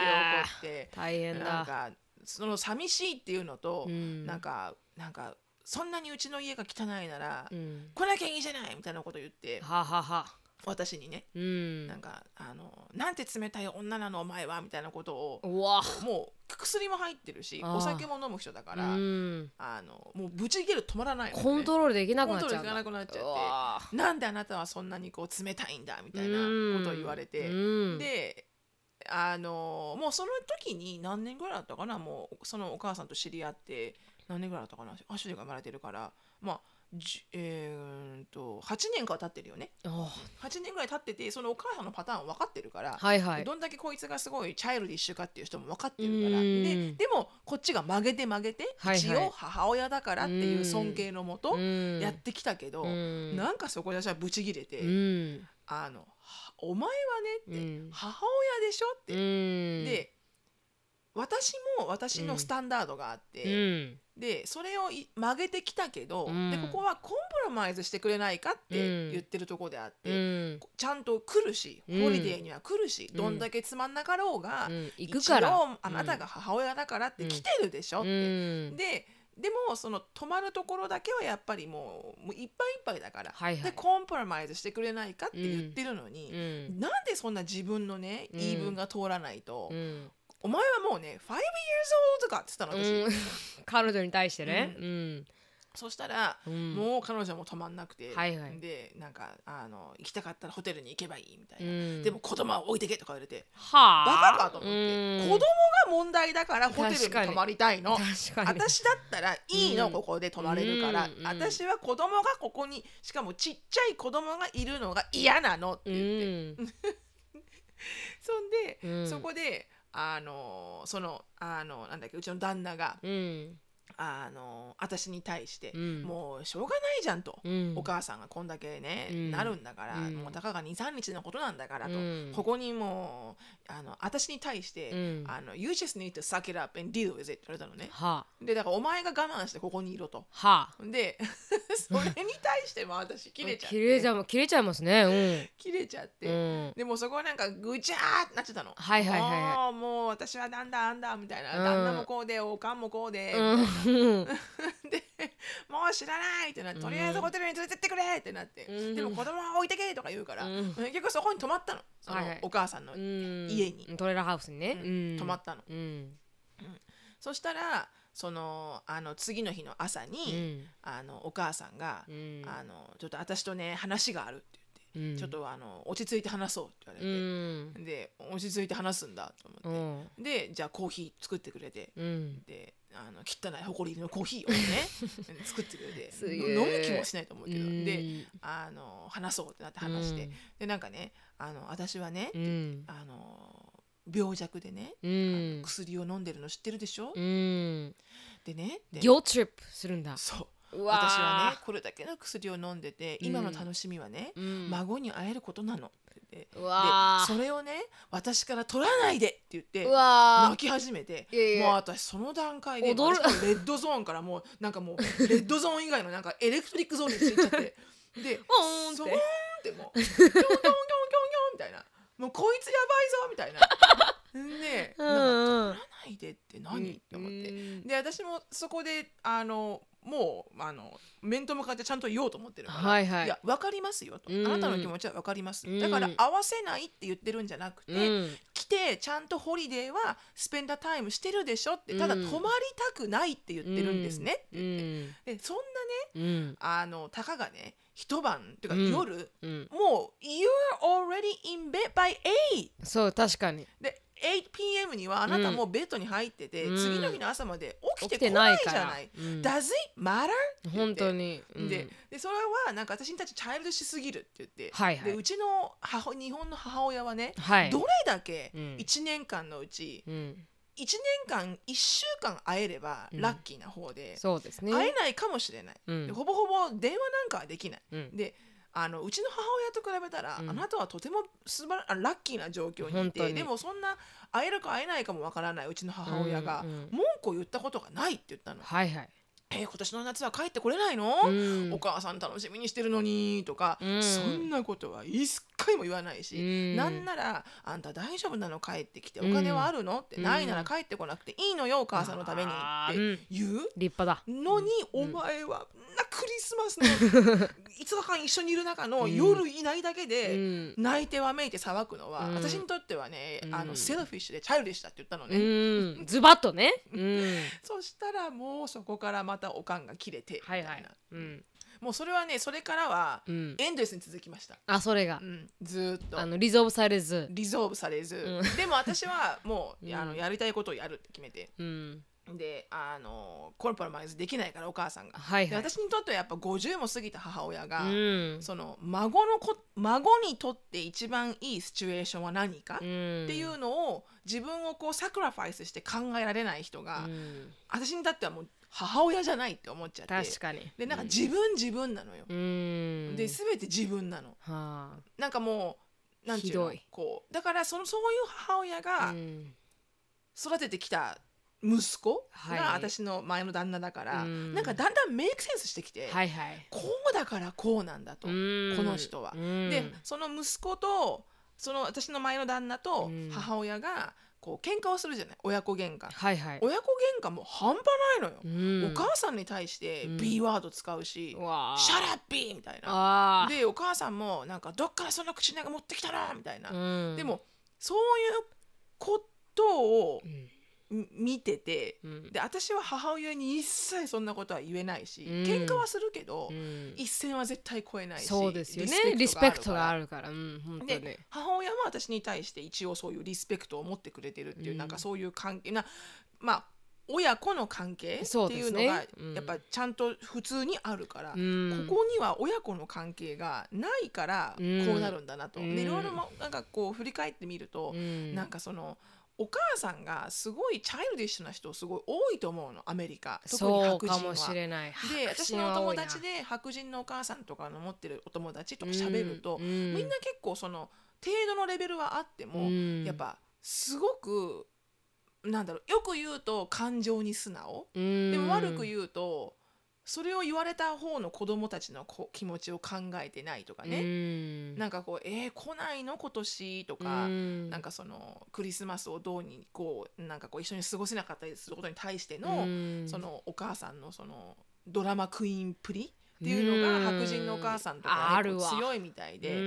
B: って
A: 大変
B: な
A: だ
B: んかその寂しいっていうのと、
A: うん
B: なんかなんかそんなにうちの家が汚いなら、
A: うん
B: 来なきゃいいじゃないみたいなこと言って
A: ははは
B: 私にね
A: うん
B: なんかあのなんて冷たい女なのお前はみたいなことを
A: うわ
B: もう薬も入ってるし
A: あー
B: お酒も飲む人だか
A: う
B: ら
A: ん
B: あのもうぶち切れる止まらないのね
A: コントロールできなく
B: コ
A: な
B: ン
A: っ
B: トロ
A: ちゃ
B: ール
A: う
B: いかなくなっち
A: う
B: ゃ
A: わ
B: ってなんであなたはそんなにこう冷たいんだみたいなことを言われて
A: うん
B: であのもうその時に何年ぐらいだったかなもうそのお母さんと知り合って何年ぐらいだったかなアシュリーが生まれてるからまあじえー、と8年かは経ってるよね
A: あ
B: 8年ぐらい経っててそのお母さんのパターン分かってるから、
A: はいはい
B: どんだけこいつがすごいチャイルディッシュかっていう人も分かってるから
A: う
B: で
A: ん
B: でもこっちが曲げて曲げて、
A: はいはい
B: 一応母親だからっていう尊敬のもと
A: うん
B: やってきたけど、
A: うん
B: なんかそこで私はブチギレて、
A: うん
B: あのはお前はねって、
A: うん
B: 母親でしょって、
A: うん
B: で私も私のスタンダードがあって、
A: うん
B: でそれをい曲げてきたけど、
A: うん
B: でここはコンプロマイズしてくれないかって言ってるとこであって、
A: うん
B: ちゃんと来るし、
A: うん
B: ホリデーには来るし、
A: うん
B: どんだけつまんなかろうが、
A: うん行くから
B: 一応あなたが母親だからって
A: うん
B: 来てるでしょっ
A: う
B: て、
A: ん
B: ででもその泊まるところだけはやっぱりもうもういっぱいいっぱいだから、
A: はいはい
B: でコンプロマイズしてくれないかって言ってるのに、
A: うん
B: なんでそんな自分のね
A: うん
B: 言い分が通らないと、
A: うん
B: お前はもうね5 years old かって言ったの私、
A: うん 彼女に対してね
B: う
A: うん
B: そしたら、
A: うん
B: もう彼女も止まんなくて、
A: はいはい
B: でなんかあの行きたかったらホテルに行けばいいみたいな、
A: うん
B: でも子供は置いてけとか言われて
A: はあ
B: バカかと思って、
A: うん
B: 子供が問題だからホテルに
A: 確かに
B: 泊まりたいの
A: 確かに
B: 私だったらいいの、
A: うん
B: ここで泊まれるか
A: う
B: ら、
A: ん
B: 私は子供がここにしかもちっちゃい子供がいるのが嫌なのって
A: う
B: 言って、
A: ん
B: そんで、
A: うん
B: そこであのそのあのなんだっけうちの旦那が
A: うん
B: あの私に対して、
A: うん
B: もうしょうがないじゃんと。
A: うん
B: お母さんがこんだけね、
A: うん
B: なるんだから、
A: うん
B: もうたかが23日のことなんだからと、
A: うん
B: ここにもうあの私に対して、
A: うん
B: あの「You just need to suck it up and deal with it」って言われたのね
A: は
B: でだからお前が我慢してここにいろと
A: あはあ
B: で それに対しても私切れちゃって
A: 切れちゃう切れちゃいますね
B: 切れちゃっ
A: うん
B: て、
A: うん
B: でもそこはなんかぐちゃーってなっちゃったの
A: はいはいはいはい
B: もうもう私はなんだあんだみたいな、
A: うん
B: 旦那もこうでおかんもこうで、
A: うん
B: でもう知らないってなってとりあえずホテルに連れてってくれってなって、
A: うん
B: でも子供は置いてけとか言うから、
A: うん
B: 結局そこに泊まったのその
A: はいはい
B: お母さんの、
A: うん
B: 家に
A: トレーラーハウスにねうん
B: 泊まったの
A: うん
B: そしたらそのあの次の日の朝に、
A: うん
B: あのお母さんが、
A: うん
B: あの「ちょっと私とね話がある」って言って、
A: うん
B: ちょっとあの落ち着いて話そう」って言わ
A: う
B: れて、
A: ん
B: で落ち着いて話すんだと思って
A: う、ん
B: でじゃあコーヒー作ってくれて、
A: うん
B: であの汚い埃のコー ヒーをね作ってくれて
A: すげえ
B: 飲む気もしないと思うけど、
A: う
B: で
A: ん
B: あの話そうってなって話して、でなんかねあの私はね、
A: うん
B: あの病弱でね、
A: う
B: あの
A: ん
B: 薬を飲んでるの知ってるでしょ、
A: うん
B: でねで
A: ギョートリップするんだ
B: そう
A: うわー
B: 私はねこれだけの薬を飲んでて今の楽しみはね、
A: うん
B: 孫に会えることなのって言って
A: う
B: で
A: わー
B: それをね私から取らないでって言って
A: うわ
B: 泣き始めて
A: いやいや
B: もう私その段階で
A: 踊る
B: 私もうレッドゾーンからもうなんかもうレッドゾーン以外のなんかエレクトリックゾーンについちゃってで
A: おーんって
B: そーんってもうギョンギョンギョンギョンギョンみたいなもうこいつやばいぞみたいな。で、
A: うん
B: なんか取らないでって
A: ー
B: 何、って思って
A: うん
B: で私もそこであのもうあの面と向かってちゃんと言おうと思ってるから、
A: はいはい
B: や分かりますよと、
A: うん
B: あなたの気持ちは分かります、
A: うん
B: だから合わせないって言ってるんじゃなくて、
A: うん
B: 来てちゃんとホリデーはスペンダータイムしてるでしょってただ
A: うん
B: 泊まりたくないって言ってるんですねって
A: う
B: 言って、
A: ん
B: でそんなね
A: うん
B: あのたかがね一晩っていうか
A: うん
B: 夜、
A: うん
B: もう You're already in bed by 8!
A: そう確かに
B: で 8pm にはあなたもうベッドに入ってて、
A: うん
B: 次の日の朝まで起
A: 起き
B: きて
A: て
B: こな
A: ないい
B: じ
A: か
B: ゃ
A: ら
B: ない。
A: うん
B: Does it matter? って言って
A: 本当に、うん
B: ででそれはなんか私にたちチャイルドしすぎるって言って、
A: はいはい
B: でうちの母日本の母親はね、
A: はい
B: どれだけ
A: うん
B: 1年間のうち
A: うん、
B: 1年間1週間会えれば
A: うん
B: ラッキーな方で、
A: そうですね
B: 会えないかもしれない、
A: う
B: で
A: ん
B: ほぼほぼ電話なんかはできない
A: うん
B: であのうちの母親と比べたら、
A: うん
B: あなたはとても素晴らあラッキーな状況にい
A: 本当
B: て
A: に
B: でもそんな会えるか会えないかもわからないうちの母親が、
A: うんうん
B: 文句を言ったことがないって言ったの。
A: はいはい、
B: えー今年の夏は帰ってこれないの、
A: うん
B: お母さん楽しみにしてるのにとか、
A: うん
B: そんなことは一回も言わないし、
A: うん
B: なんなら「あんた大丈夫なの帰ってきてお金はあるの?」って、
A: うん
B: ないなら帰ってこなくていいのよお母さんのために」
A: あ
B: っ
A: ー
B: て言う
A: 立派だ
B: のに、
A: うん
B: お前はなクリスマスの 5日間一緒にいる中の
A: うん
B: 夜いないだけ
A: う
B: で、
A: ん
B: 泣いてわめいて騒ぐのは、
A: うん
B: 私にとってはね、あ
A: う
B: の
A: ん
B: セルフィッシュでチャイルでしたって言ったのね、
A: うん、ズバッとね、うん、
B: そしたらもうそこからまたおかんが切れてみた
A: はいい
B: な、
A: はい、うん
B: もうそれはねそれからは
A: うん、
B: エンドレスに続きました、
A: あそれが
B: うん、ずーっと
A: あのリゾーブされず、
B: リゾーブされず、
A: う
B: でも私はもう、
A: うん
B: あのやりたいことをやるって決めて
A: うん、
B: であのコンプロマイズできないからお母さんが、
A: はい
B: で
A: はい、
B: 私にとってはやっぱ50も過ぎた母親が、
A: うん、
B: その孫のこ孫にとって一番いいシチュエーションは何か、
A: うん、
B: っていうのを自分をこうサクラファイスして考えられない人が、
A: うん
B: 私にとってはもう母親じゃないって思っちゃって
A: 確かに、
B: でなんか自分自分なのよ、
A: うん、
B: で、全て自分なの
A: は
B: なんかもうなんていう
A: ひ
B: の
A: どい
B: こうだからそのそういう母親
A: あ、
B: が
A: うん
B: 育ててきた息子が
A: はい
B: 私の前の旦那だから、
A: うん
B: なんかだんだんメイクセンスしてきて、
A: はいはい、
B: こうだからこうなんだと、
A: うん
B: この人は
A: うん
B: でその息子とその私の前の旦那
A: う
B: と
A: ん
B: 母親がこう喧嘩をするじゃない親子喧嘩
A: はいはい、
B: 親子喧嘩も半端ないのよ、
A: お
B: お母さんに対して
A: うん
B: B ワード使うし
A: うわ
B: 「
A: あ
B: シャラッピー!」みたいな
A: あー
B: でお母さんもなんか「どっからその口なんか持ってきたの?」みたいな、
A: うん、
B: でもそういうことを
A: うん、
B: み見てて
A: うん、
B: で私は母親に一切そんなことは言えないし、
A: うん
B: 喧嘩はするけど、
A: うん
B: 一線は絶対越えないし
A: そうですよねリスペクトがあ
B: る
A: るからうん本
B: か
A: 当
B: ら
A: に
B: で母親は私に対して一応そういうリスペクトを持ってくれてるっていう、
A: うん
B: なんかそういう関係なまあ親子の関係って
A: そう
B: い
A: で
B: う
A: す
B: のが
A: ねうん
B: やっぱちゃんと普通にあるから、
A: うん
B: ここには親子の関係がないからこ
A: うん
B: うなるんだなと、
A: うん
B: でいろいろもなんかこう振り返ってみると、
A: うん
B: なんかそのお母さんがすごいチャイルディッシュな人すごい多いと思うのアメリカ特に
A: そう
B: 白人
A: か
B: は。
A: もしれない
B: で
A: 白
B: 私
A: 人
B: のお
A: は多
B: 友
A: いな
B: 達で白人のお母さんとかの持ってるお友達とか喋ると、
A: う
B: みんな結構その程度のレベルはあっても、
A: うん
B: やっぱすごくなんだろうよく言うと感情に素直、
A: うん
B: でも悪く言うとそれを言われた方の子供たちのこ気持ちを考えてないとかね、
A: ね
B: なんかこう「えー、来ないの今年」とか。
A: な
B: なんかそのクリスマスをどうにこうなんかこう一緒に過ごせなかったりすることに対しての、そのお母さんのそのドラマクイーンプリっていうのが白人のお母さんとか
A: あ
B: 結
A: る
B: 構
A: わ
B: 強いみたいで、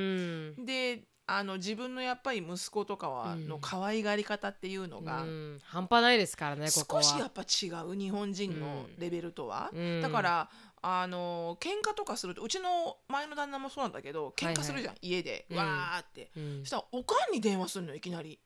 A: で
B: であの自分のやっぱり息子とかは
A: うん
B: の可愛がり方っていうのが
A: 半端ないですからねここ
B: 少
A: は
B: しやっぱ違う日本人のレベルとは。だからあの喧嘩とかするとうちの前の旦那もそうなんだけど喧嘩するじゃん、家で、
A: うん
B: わーって
A: うん
B: そしたらおかんに電話するのいきなり。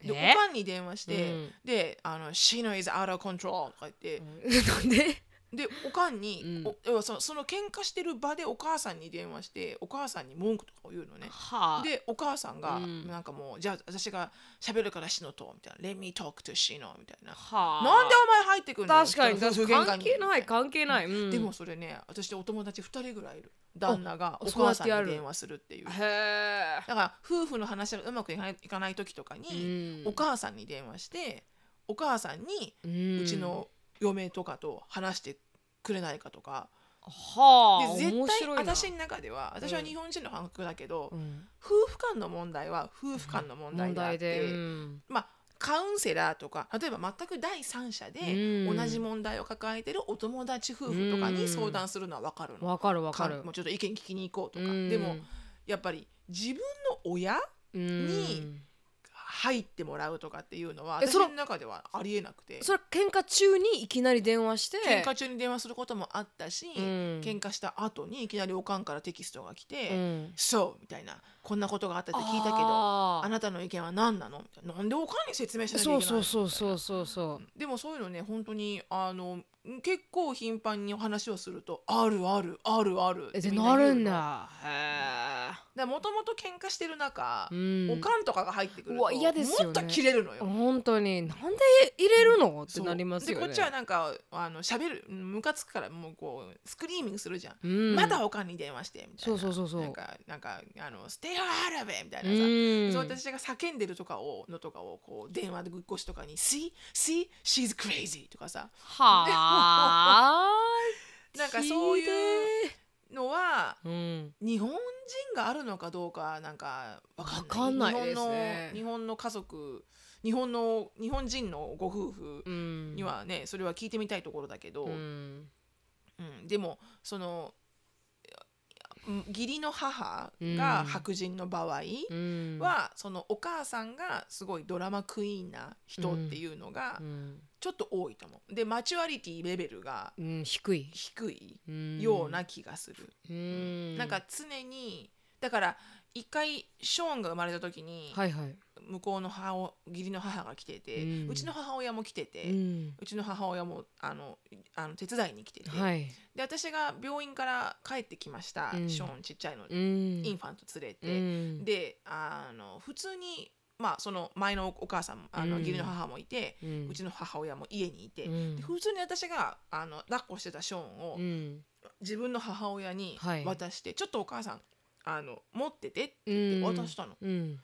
B: でお
A: え
B: かんに電話して、
A: うん
B: であの「She knows out of control」とか言って、
A: なん で
B: でおかんに、
A: うん
B: お要はそのその喧嘩してる場でお母さんに電話してお母さんに文句とかを言うのね
A: はあ
B: でお母さんが、
A: うん
B: なんかもうじゃあ私が喋るからしのとみたいな「Let me talk to しの」みたいな「
A: はあ
B: なんでお前入ってくるの?」
A: 確かに
B: 夫婦
A: 確
B: 喧
A: か
B: 嘩
A: に関
B: に
A: 係ない
B: みたい
A: 関係ないうん
B: でもそれね私お友達2人ぐらいいる旦那が
A: あ
B: お
A: そうや
B: 母
A: っ
B: さ
A: てや
B: ん
A: る
B: に電話するっていうだ
A: へえ
B: から夫婦の話がうまくいかないいかない時とかに、お母さんに電話してお母さんにうちの嫁とかと話してくれないかとか、
A: はあ
B: で絶
A: 面
B: 対
A: 白いな
B: 私の中では私は
A: うん
B: 日本人の感覚だけど、
A: うん
B: 夫婦間の問題は夫婦間の問題
A: 問
B: であっ
A: 題
B: て、
A: でうん
B: まあカウンセラーとか例えば全く第三者で
A: う
B: 同
A: ん
B: じ問題を抱えてるお友達夫婦とかに
A: うん
B: 相談するのは分かるの。
A: わかるわか
B: か
A: る
B: もうちょっと意見聞きに行こうとか、
A: うん
B: でもやっぱり自分の親
A: うん
B: に入ってもらうとかっていうのは
A: え
B: 私
A: その
B: の中ではありえなくて
A: それ喧嘩中にいきなり電話して
B: 喧嘩中に電話することもあったし、
A: うん
B: 喧嘩した後にいきなりおかんからテキストが来て「
A: うん
B: そう」みたいな「こんなことがあったって聞いたけど
A: あ
B: あ
A: ー
B: なたの意見は何なの?」みたいな「なんでおかんに説明しなきゃいけ
A: そ
B: ないうの?」
A: そうそう
B: みたい
A: そう
B: な
A: そうそう
B: でもそういうのね本当にあの結構頻繁にお話をすると「あるあるあるある」
A: え
B: っ
A: で
B: て
A: なるん
B: だ
A: だへ
B: からもともと喧嘩してる中、
A: えうん
B: おかんとかが入ってくる
A: う
B: と
A: わ嫌ですよね
B: もっと切れるのよ。
A: 本当になんで入れるのって
B: そう
A: なりますよね
B: でこっちはなんかあの喋るムカつくからもうこうスクリーミングするじゃん、
A: うん
B: まだ他に電話してみたい
A: そ
B: な
A: うそうそうそう
B: なんかなんかあのステイハーラベみたいな
A: う
B: さ、
A: ん
B: そう私が叫んでるとかをのとかをこう電話で越しとかに「See? See? She's crazy」とかさ
A: はあ
B: なんかそういう
A: う
B: のは
A: うん
B: 日本人があるのかどうかなんかわかんない
A: わかんないですね
B: 日本の日本の家族日本の日本人のご夫婦
A: うん
B: にはねそれは聞いてみたいところだけど、
A: うん
B: うんでもそのうん義理の母
A: う
B: が
A: ん
B: 白人の場合
A: うん
B: は、そのお母さんがすごいドラマクイーンな人っていうのが
A: うん
B: ちょっと多いと思う。でマチュアリティレベルが
A: うん低い
B: 低い
A: ん
B: ような気がする。
A: うん
B: なんか常にだから一回ショーンが生まれた時に
A: はいはい
B: 向こうの母を義理の母が来てて、
A: うん
B: うちの母親も来てて、
A: う
B: うんちの母親もあのあの手伝いに来てて、
A: はい
B: で私が病院から帰ってきました、
A: うん
B: ショーンちっちゃいの、
A: うん
B: インファント連
A: う
B: れて、
A: ん
B: であの普通にまあその前のお母さんあの、
A: うん
B: 義理の母もいて、
A: うん
B: うちの母親も家にいて、
A: うん
B: で普通に私があの抱っこしてたショーンを、
A: うん
B: 自分の母親に
A: はい
B: 渡して、ちょっとお母さんあの持っててって
A: うん
B: 渡したの、
A: うん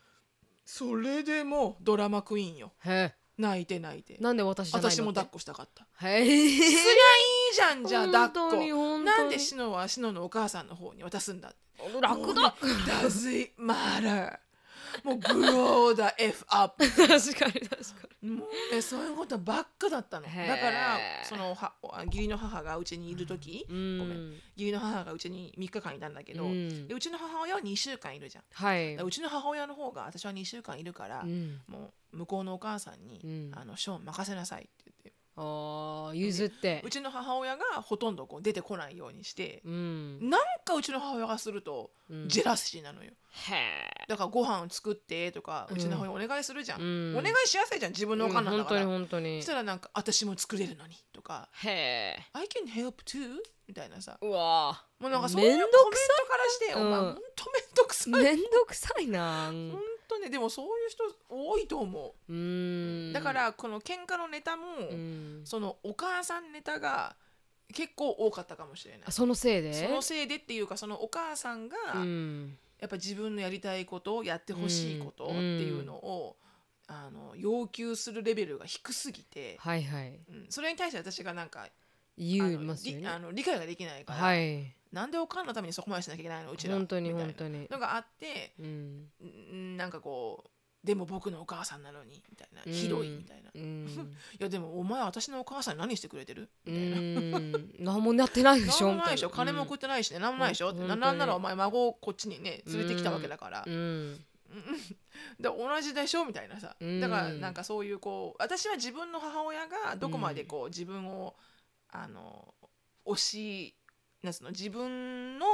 B: それでもうドラマクイーンよ
A: へ
B: 泣いて泣いて
A: えなんで私じゃないの
B: 私も抱っ
A: っ
B: こしたかった
A: こへえ
B: すりゃいいじゃんじゃあ抱っこなんでシノはシノのお母さんの方に渡すんだ
A: 楽だ
B: Does it matter? もう grow the F up
A: 確かに確か
B: もうねそういうことばっかだったの
A: へー
B: だからそのは義理の母がうちにいる時、
A: にうん
B: ごめん義理の母がうちに3日間いたんだけど、
A: う
B: うんでうちの母親は2週間いるじゃん
A: はい
B: だからうちの母親の方が私は2週間いるから、
A: うん
B: もう向こうのお母さんに「
A: うん
B: あのショーン任せなさい」って言って
A: あー譲って
B: うちの母親がほとんどこう出てこないようにして、
A: うん
B: なんかうちの母親がすると
A: うん
B: ジェラシーなのよ、
A: へえ
B: だからご飯を作ってとか
A: うん
B: うちの母親お願いするじゃん、
A: うん
B: お願いしやすいじゃん自分のおかんなん
A: 本
B: だか
A: 当
B: ら、
A: に本当に
B: そしたらなんか「私も作れるのに」とか
A: へえ
B: 「I can help too」みたいなさ
A: うわ
B: もうなんかそういうコメ
A: め
B: ン
A: んど
B: ト
A: く
B: からして、
A: うん
B: お前ほんとめんどくさ
A: ー
B: い、
A: めんどくさいなうん
B: ほんとねでもそういう人多いと思
A: う
B: う、
A: ん
B: だからこの喧嘩のネタも、
A: うん
B: そのお母さんネタが結構多かったかもしれない
A: あそのせいで
B: そのせいでっていうかそのお母さんが
A: うん
B: やっぱ自分のやりたいことやってほしいことっていうのを、あの要求するレベルが低すぎて、
A: はいはい
B: うん、それに対して私がなんかあ
A: 言い
B: の
A: ますよ
B: りあ
A: ね
B: の理解ができないから、
A: はい
B: なんでおかんのためにそこまでしなきゃいけないのうちら
A: 本当に
B: みたいな
A: 本当に
B: のがあって
A: うん
B: んなんかこうでも僕のお母さんなのにみたいな、
A: うん
B: ひどいみたいな
A: う
B: い
A: ん
B: やでもお前私のお母さんに何してくれてる
A: う
B: みたいな。
A: ん何もなってないでしょ
B: なんもないでしょ
A: みたい
B: 金も送ってないしね、なんもないでしょって
A: うん
B: な
A: 本当に
B: なんならお前孫をこっちにね連れてきたわけだから、
A: うん
B: で同じでしょみたいなさ、
A: うん
B: だからなんかそういうこう私は自分の母親がどこまでこう自分をあの押しなんつうの自分の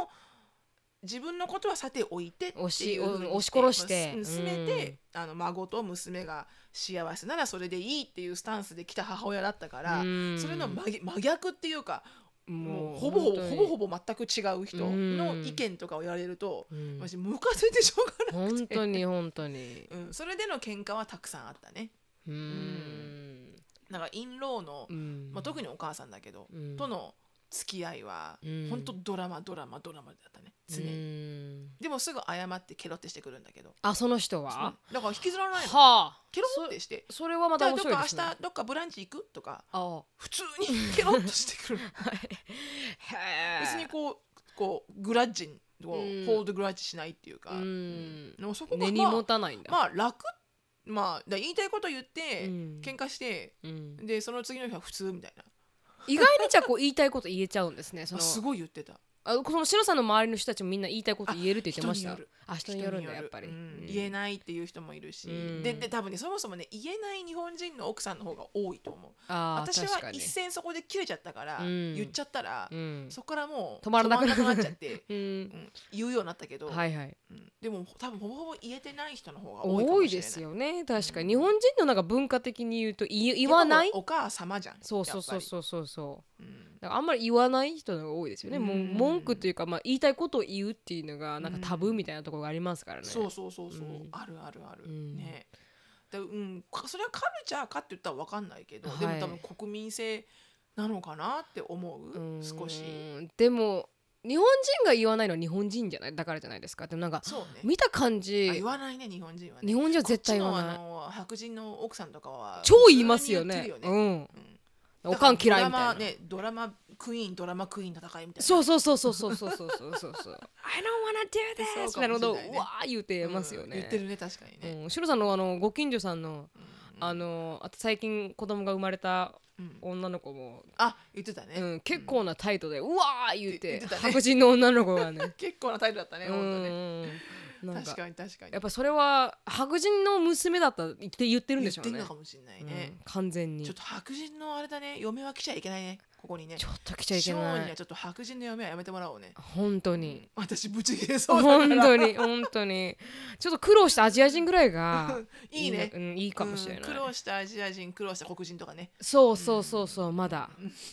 B: 自分のことはさておいてっていう
A: 押し
B: ふうに
A: 押し殺して
B: まあす進めて、あの孫と娘が幸せならそれでいいっていうスタンスで来た母親だったから、
A: うん
B: それの真逆真逆っていうかもうほぼほぼほぼほぼ全く違う人の意見とかを言われると、
A: うん
B: 私ムカついてしょうがない、
A: 本当に本当に
B: うん、それでの喧嘩はたくさんあったね
A: うーん
B: だからインローの、
A: うん
B: まあ、特にお母さんだけど、
A: うん
B: との付き合いは、
A: うん
B: 本当ドラマドラマドラマだったね常
A: う
B: に、
A: ーん
B: でもすぐ謝ってケロってしてくるんだけど
A: あその人
B: そう
A: は
B: だから引きずらないの
A: はあ
B: ケロってして
A: それはま
B: じ
A: た
B: ゃあど
A: 面
B: っ
A: 白い
B: か
A: です
B: 明
A: ね
B: 日どっかブランチ行くとか
A: あ
B: 普通にケロっとし てくる
A: へえ
B: 別にこうこうグラッジンこう
A: うん
B: ホールドグラッジしないっていうか、
A: うん
B: でもそこが、
A: 根に
B: まあ
A: 持、たないんだ
B: まあ楽まあだから言いたいこと言って、
A: うん
B: 喧嘩して
A: うん
B: でその次の日は普通みたいな
A: 意外にじゃあこう言いたいこと言えちゃうんですねそ
B: あす
A: の
B: ごい言ってた
A: あこの篠さんの周りの人たちもみんな言いたいこと言えるって言ってました
B: あ人による
A: あ人によるんだやっぱり、
B: うん
A: うん
B: 言えないっていう人もいるし、
A: うん
B: でで多分ねそもそもね言えない日本人の奥さんの方が多いと思う
A: あー
B: 私
A: 確
B: は
A: かに
B: 一線そこで切れちゃったから、
A: うん
B: 言っちゃったら、
A: うん
B: そこからもう
A: 止まらなくなる
B: 止まらなっちゃって、
A: う
B: うんん言うようになったけど、
A: はいはい
B: うんでも多分ほぼほぼ言えてない人の方が多いかもしれない
A: 多いですよね確かに日本人のなんか文化的に言うと言言わない
B: でもお母様じゃん
A: そうそうそう
B: う、
A: そうそうそう
B: うん
A: だからあんまり言わない人の方が多いですよね、もう
B: うん
A: 文句というか、まあ、言いたいことを言うっていうのがなんか
B: うん
A: タブーみたいなところがありますからね、
B: そうそうそうそう、
A: うん
B: あるあるある、
A: うん
B: ねでうんかそれはカルチャーかって言ったら分かんないけど、
A: はい
B: でも多分国民性なのかなって思う、
A: うん
B: 少し
A: でも日本人が言わないのは日本人じゃないだからじゃないですかでもなんか
B: そうね
A: 見た感
B: あ
A: じ
B: 言わないね日本人はね
A: 日本人は絶対言わ
B: こっ
A: な
B: ち
A: い
B: のあの白人の奥さんとかは
A: 超言いますよね
B: 普通に言ってるよね
A: うん
B: うん
A: おかん嫌いみたい
B: だから
A: な、
B: ドラマねドラマクイーンドラマクイーン戦いみたいな
A: そうそうそうそうそうそうそうそうそうそう I don't wanna do
B: そ
A: this
B: うかもし
A: な
B: れないね
A: るほどうわー言うてますよ
B: うん
A: ね、
B: 言ってるね確かにね、
A: うん、シロさんのあのご近所さんの
B: うん
A: あのあと最近子供が生まれた
B: うん
A: 女の子も
B: あ言ってたね、
A: うん、結構な態度で、うわー言う
B: 言っててたね
A: 白人の女の子がね
B: 結構な態度だったね
A: う
B: 本当ね
A: んなんか
B: 確かに確かに
A: やっぱそれは白人の娘だったって言ってるんでしょう
B: 言って
A: ね
B: んのかもしれないね、
A: うん完全に
B: ちょっと白人のあれだね嫁は来ちゃいけないねここにね
A: ちょっと来ちゃいけ
B: ショーン
A: な
B: にはいちょっと白人の嫁はやめてもらおうね
A: 本当に、
B: うん私ブチ切れそうだから
A: 本当に本当にちょっと苦労したアジア人ぐらいが
B: いいね
A: うん、いいかもしれない、
B: うん苦労したアジア人苦労した黒人とかね
A: そうそうそうそうまだ、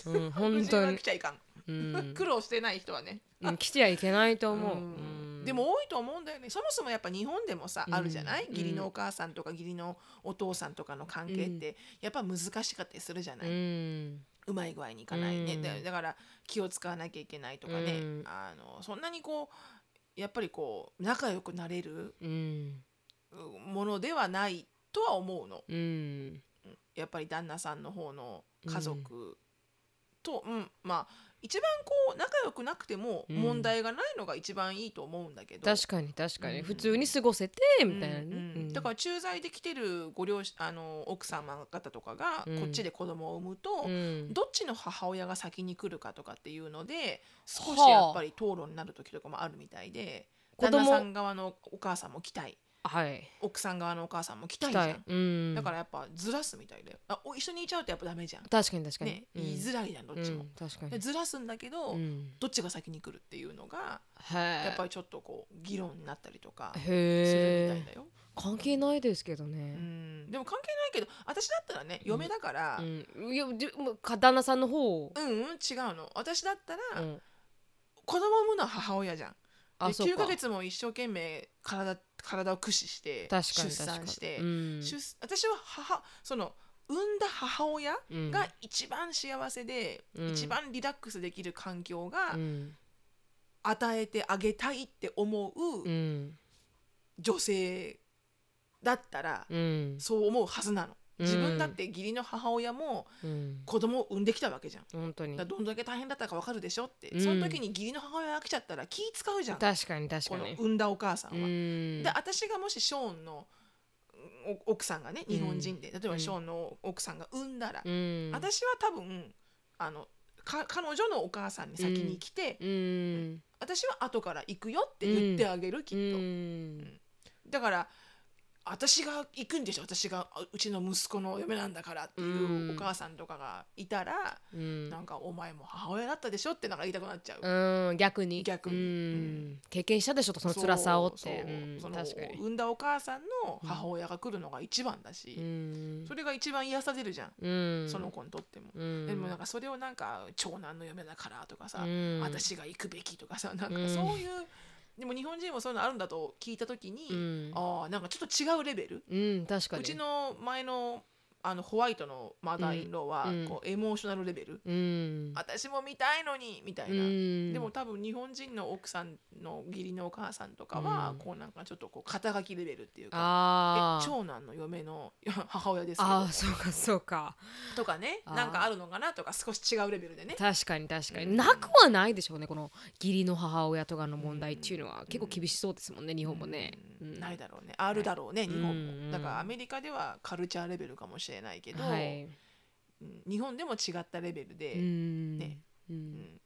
A: うん、
B: 黒
A: 本
B: 人
A: 当
B: は
A: に
B: 来、ちゃいかん、
A: うん、
B: 苦労してない人はね
A: うん来ちゃいけないと思う、
B: うん
A: うん
B: でも多いと思うんだよねそもそもやっぱ日本でもさ
A: うん
B: あるじゃない、
A: うん
B: 義理のお母さんとか義理のお父さんとかの関係ってやっぱ難しかったりするじゃな
A: う
B: い、うんまい具合にいかないね、
A: うん
B: だだから気を使わなきゃいけないとかね、
A: うん
B: あのそんなにこうやっぱりこう仲良くなれる
A: うん
B: うんものではないとは思うの
A: うん
B: やっぱり旦那さんの方の家族と、うんまあ一番こう仲良くなくても
A: うん
B: 問題がないのが一番いいと思うんだけど、
A: 確かに確かに、
B: うん
A: 普通に過ごせてみたいなね、
B: うんうんだから駐在で来てるご両親あの奥様方とかが
A: うん
B: こっちで子供を産むと、
A: らうん、
B: どっちの母親が先に来るかとかっていうので少
A: はあ
B: しやっぱり討論になる時とかもあるみたいで
A: 子
B: 旦那さ
A: 供
B: ん側のお母さんも来たい
A: はい
B: 奥さん側のお母さんも来たい
A: 来
B: じゃ
A: た
B: ん
A: い、うん、
B: だからやっぱずらすみたいだよあお一緒にいちゃうとやっぱダメじゃん、
A: 確かに確かに、
B: ね
A: うん
B: 言いづらいじゃんどっち
A: う、
B: も
A: ん確か
B: で
A: に、
B: ずらすんだけど、
A: うん、
B: どっちが先に来るっていうのが
A: はい
B: やっぱりちょっとこう議論になったりとかするみた
A: へえ
B: いだよ、
A: 関係ないですけど
B: う
A: ね、
B: ん、でも関係ないけど私だったらね嫁だから、
A: う
B: うん
A: んいやじもうか旦那さんの方を、
B: うん違うの私だった
A: う
B: ら、
A: ん、
B: 子供産むのは母親じゃん
A: あ
B: で
A: そう
B: 9
A: か
B: ヶ月も一生懸命体体を駆使して
A: 確か
B: 出
A: に確かに
B: 産して、
A: うん
B: 出私は母その産んだ母親
A: うん
B: が一番幸せで、
A: うん
B: 一番リラックスできる環境が
A: うん
B: 与えてあげたいって思
A: う
B: うん女性だったら、
A: うん
B: そう思うはずなの
A: うん
B: 自分だって義理の母親も
A: うん
B: 子供を産んできたわけじゃん
A: 本当に
B: だからどんだけ大変だったかわかるでしょって、
A: うん
B: その時に義理の母親が来ちゃったら気使うじゃんこ
A: 確かに確か
B: の
A: に
B: 産んだお母さんは。
A: うん
B: で私がもしショーンのお奥さんがね日本人で、例えばショーンの奥さんが産んだら、
A: うん
B: 私は多分あのか彼女のお母さんに先に来て、
A: うん
B: 私は後から行くよって言ってあげる、きっと、
A: うん
B: だから私が行くんでしょ私があうちの息子の嫁なんだからっていううんお母さんとかがいたら、
A: うん
B: なんかお前も母親だったでしょってなんか言いたくなっちゃう、
A: うん逆に
B: 逆に
A: う
B: うん
A: ん、経験したでしょとその辛さをって
B: そう
A: うん
B: その
A: 確かに
B: 産んだお母さんの母親が来るのが一番だし、
A: うん
B: それが一番癒されるじゃん、
A: うん
B: その子にとっても、
A: うん
B: でもなんかそれをなんか長男の嫁だからとかさ、
A: うん
B: 私が行くべきとかさなん
A: う
B: か
A: ん
B: そういう、でも日本人もそういうのあるんだと聞いた時に、
A: うん
B: ああなんかちょっと違うレベル
A: うん確かに
B: うちの前のあのホワイトのマダーインローは、
A: うん
B: こうエモーショナルレベル
A: うん
B: 私も見たいのにみたいな、
A: うん
B: でも多分日本人の奥さんの義理のお母さんとかは、
A: うん
B: こうなんかちょっとこう肩書きレベルっていうかえ
A: あー
B: 長男の嫁の母親ですけど
A: あーそうかそうか
B: とかね
A: あー
B: なんかあるのかなとか少し違うレベルでね
A: 確かに確かに、
B: うん
A: なくはないでしょうねこの義理の母親とかの問題っていうのは、結構厳しそうですもんね日本もね、
B: うん
A: うん
B: ないだろうねあるだろうね、日本
A: う
B: も
A: ん
B: だからアメリカではカルチャーレベルかもしれないけど、
A: はい
B: うん日本でも違ったレベルで、
A: うん
B: ね
A: う
B: うんん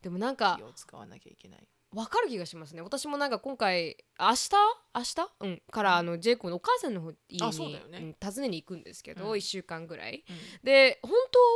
A: でもなんか
B: 気を使わなきゃいけない。
A: 分かる気がしますね私もなんか今回明日明日、うん、からあのジェイコのお母さんの方家
B: あそう
A: に
B: だよね
A: うん訪ねに行くんですけど、
B: うん
A: 1週間ぐらい
B: うん
A: で本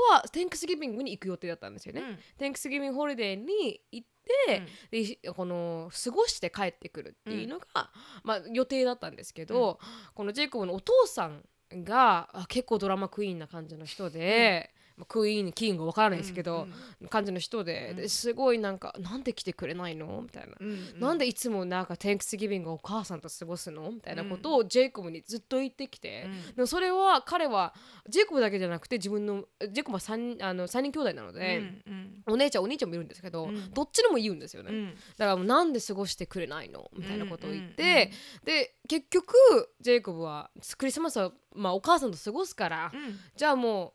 A: 当は Thanksgiving に行く予定だったんですよね、Thanksgiving ホリデーに行って、でこの過ごして帰ってくるっていうのが、まあ、予定だったんですけど、このジェイコブのお父さんがあ結構ドラマクイーンな感じの人で、まあクイーンキーンが分からないですけど、感じの人で,、
B: うん
A: ですごいなんか「なんで来てくれないの?」みたいな。
B: うん、
A: なんでいつもなんか「Thanksgiving をお母さんと過ごすの?」みたいなことをジェイコブにずっと言ってきて、でもそれは彼はジェイコブだけじゃなくて自分のジェイコブは 3, あの3人兄弟なので、お姉ちゃんお兄ちゃんもいるんですけど、
B: うん
A: どっちでも言うんですよね、だからもうなんで過ごしてくれないのみたいなことを言って、で結局ジェイコブはクリスマスは、まあ、お母さんと過ごすから、じゃあもう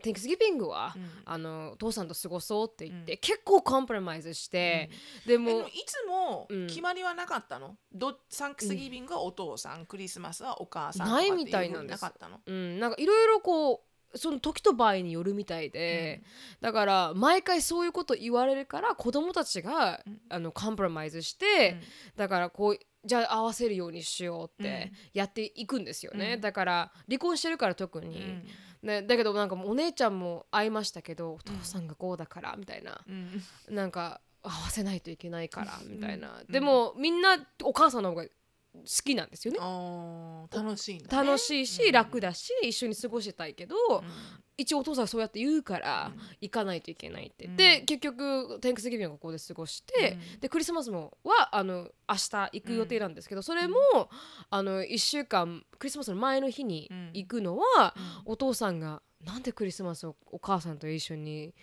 A: Thanksgiving は、あのお父さんと過ごそうって言って、
B: う
A: 結構コンプラマイズして、で
B: で
A: も
B: もいつも
A: うん
B: 決まりはなかったの、どサンクスギビングはお父さん、クリスマスはお母さん
A: ない
B: とかってう
A: みたいなんです
B: なかったの、
A: うん、なんかいろいろこうその時と場合によるみたいで、だから毎回そういうこと言われるから子供たちが、
B: うん
A: あのコンプラマイズして、
B: うん
A: だからこうじゃあ合わせるようにしようっ
B: うん
A: てやっていくんですよね、
B: うん
A: だから離婚してるから特
B: う
A: に、
B: ん
A: ね、だけどなんかもうお姉ちゃんも会いましたけどお父さんがこうだからみたいな、
B: うん
A: なんか合わせないといけないからみたいな、
B: うん
A: でもみんなお母さんの方が好きなんですよね
B: あー楽しいんだ、ね、
A: 楽しいし、
B: うん
A: 楽だし一緒に過ごしたいけど、一応お父さんがそうやって言うから
B: うん
A: 行かないといけないって、
B: うん
A: で結局天気ギビンはここで過ごして、でクリスマスもはあの明日行く予定なんですけど、それもあの1週間クリスマスの前の日に
B: うん
A: 行くのは、
B: うん
A: お父さんが「なんでクリスマスをお母さんと一緒に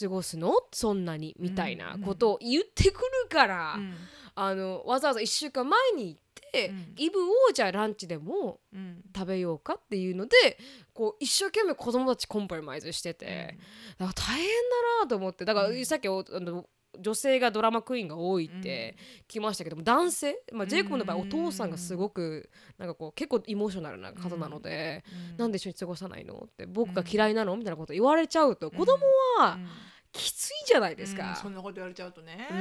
A: 過ごすのそんなに」みたいなことを言ってくるから、
B: うん
A: あのわざわざ1週間前に行って、
B: うん
A: イブをじゃあランチでも
B: うん
A: 食べようかっていうのでこう一生懸命子供たちコンプラマイズしてて、だから大変だなと思ってだから、
B: うん
A: さっきおあの女性がドラマクイーンが多いって来ましたけども、男性、まあ、ジェイコブの場合
B: うん
A: お父さんがすごくなんかこう結構エモーショナルな方なので、
B: うん
A: なんで一緒に過ごさないのって僕が嫌いなのみたいなこと言われちゃうと子供は
B: うん
A: きついじゃないです
B: うん
A: か
B: そ。んなこと言われちゃうとね
A: う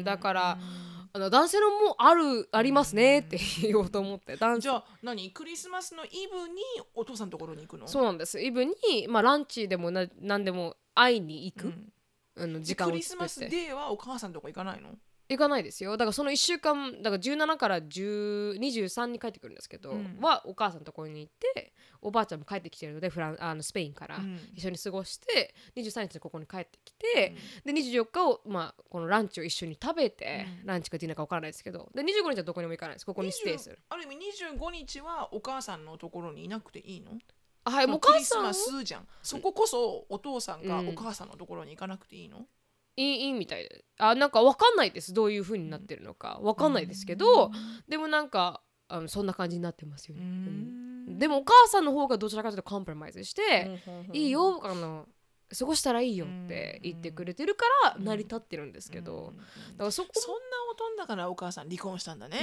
A: んだから
B: うん
A: あの男性のもあるありますねって言おうと思って男性
B: じゃあ何クリスマスのイブにお父さんのところに行くの
A: そうなんですイブに、まあ、ランチでもな何でも会いに行
B: う
A: く、
B: ん
A: あの
B: で
A: 時間を
B: クリス
A: 作
B: マ
A: っ
B: ス
A: て
B: デーはお母さんとか行かないの
A: 行かないですよだからその1週間だから17から10 23に帰ってくるんですけど、
B: うん
A: はお母さんのところに行っておばあちゃんも帰ってきてるのでフランあのスペインから。
B: うん
A: 一緒に過ごして23日にここに帰ってきて、で24日を、まあ、このランチを一緒に食べて、
B: うん
A: ランチかディナーか分からないですけどで25日はどこにも行かないですここにステイする
B: ある意味25日はお母さんのところにいなくていいの
A: あはいもうお
B: ク
A: 母
B: リス
A: さん
B: マ
A: はい
B: スじゃんそここそお父さんが
A: うん
B: お母さんのところに行かなくていいの、
A: いいいいみたいであなんか分かんないですどういう風になってるのか分かんないですけど、でもなんかあのそんな感じになってますよ
B: う
A: ね、
B: ん
A: でもお母さんの方がどちらかというとコンプラマイズして、いいよあの過ごしたらいいよって言ってくれてるから
B: うん
A: 成り立ってるんですけど、
B: うん
A: だからそこ
B: そんなおとんだからお母さん離婚したんだね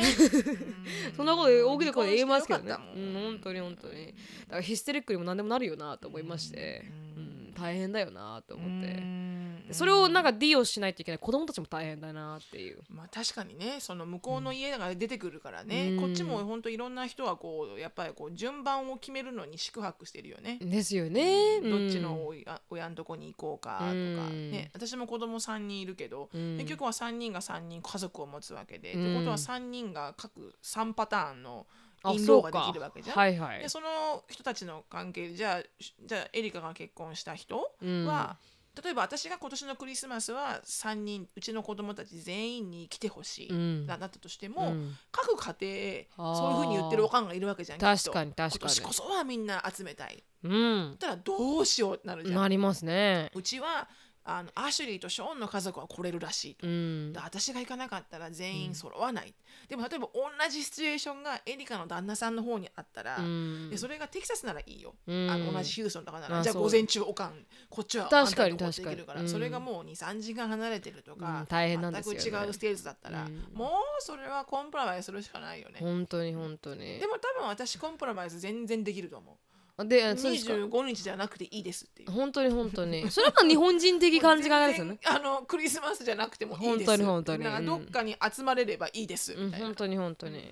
B: う
A: そんなこと大きな声で言えますけどね
B: 離婚してよかったもん
A: うん本当に本当にだからヒステリックにも何でもなるよなと思いまして、
B: う
A: うんん大変だよなと思って、
B: うん
A: でそれをなんかディをしないといけない子供たちも大変だなっていう。
B: まあ確かにねその向こうの家が出てくるからね、
A: うん
B: こっちも本当いろんな人はこうやっぱりこう順番を決めるのに宿泊してるよね。
A: ですよね。
B: どっちの
A: うん
B: 親親のとこに行こうかと
A: う
B: か、
A: ん
B: ね、私も子供3人いるけど、
A: うん
B: 結局は3人が3人家族を持つわけで、
A: うん
B: ってことは3人が各3パターンの
A: あ
B: 印
A: そ
B: 籠
A: う
B: が
A: か
B: できるわけじゃん。
A: はいはい
B: で。その人たちの関係でじゃあじゃあエリカが結婚した人、
A: うん
B: は、例えば私が今年のクリスマスは3人うちの子供たち全員に来てほしい、
A: うん
B: だなったとしても、
A: うん
B: 各家
A: あー
B: 庭そういうふうに言ってるおかんがいるわけじゃん
A: 確か
B: に
A: に確
B: 今
A: か
B: 年こそはみんな集めたい
A: に。うん。
B: だったらどうしようってなるじゃん、
A: なりますね。
B: うちはあのアシュリーとショーンの家族は来れるらしいと、
A: うん
B: で。私が行かなかったら全員揃わない、でも例えば同じシチュエーションがエリカの旦那さんの方にあったら、
A: うん
B: でそれがテキサスならいいよ、
A: うん
B: あの同じヒューストンとかなら、
A: あ
B: じゃあ
A: そう
B: 午前中おかんこっちは
A: 確かに
B: あんたのとこできるから
A: 確かにうん
B: それがもう23時間離れてるとか、
A: うん大変なんですよね
B: 全く違うステージだったら、
A: うん
B: もうそれはコンプラマイズするしかないよね、
A: 本当に本当に
B: で。も多分私コンプラマイズ全然できると思う
A: でそうですか
B: 25日じゃなくていいですっていう
A: 本当に本当にそれが日本人的感じがあるんですよね
B: 全然あのクリスマスじゃなくてもいいです
A: 本当に本当に
B: なんかどっかに集まれればいいです
A: うん
B: みたいな、
A: 本当に本当に、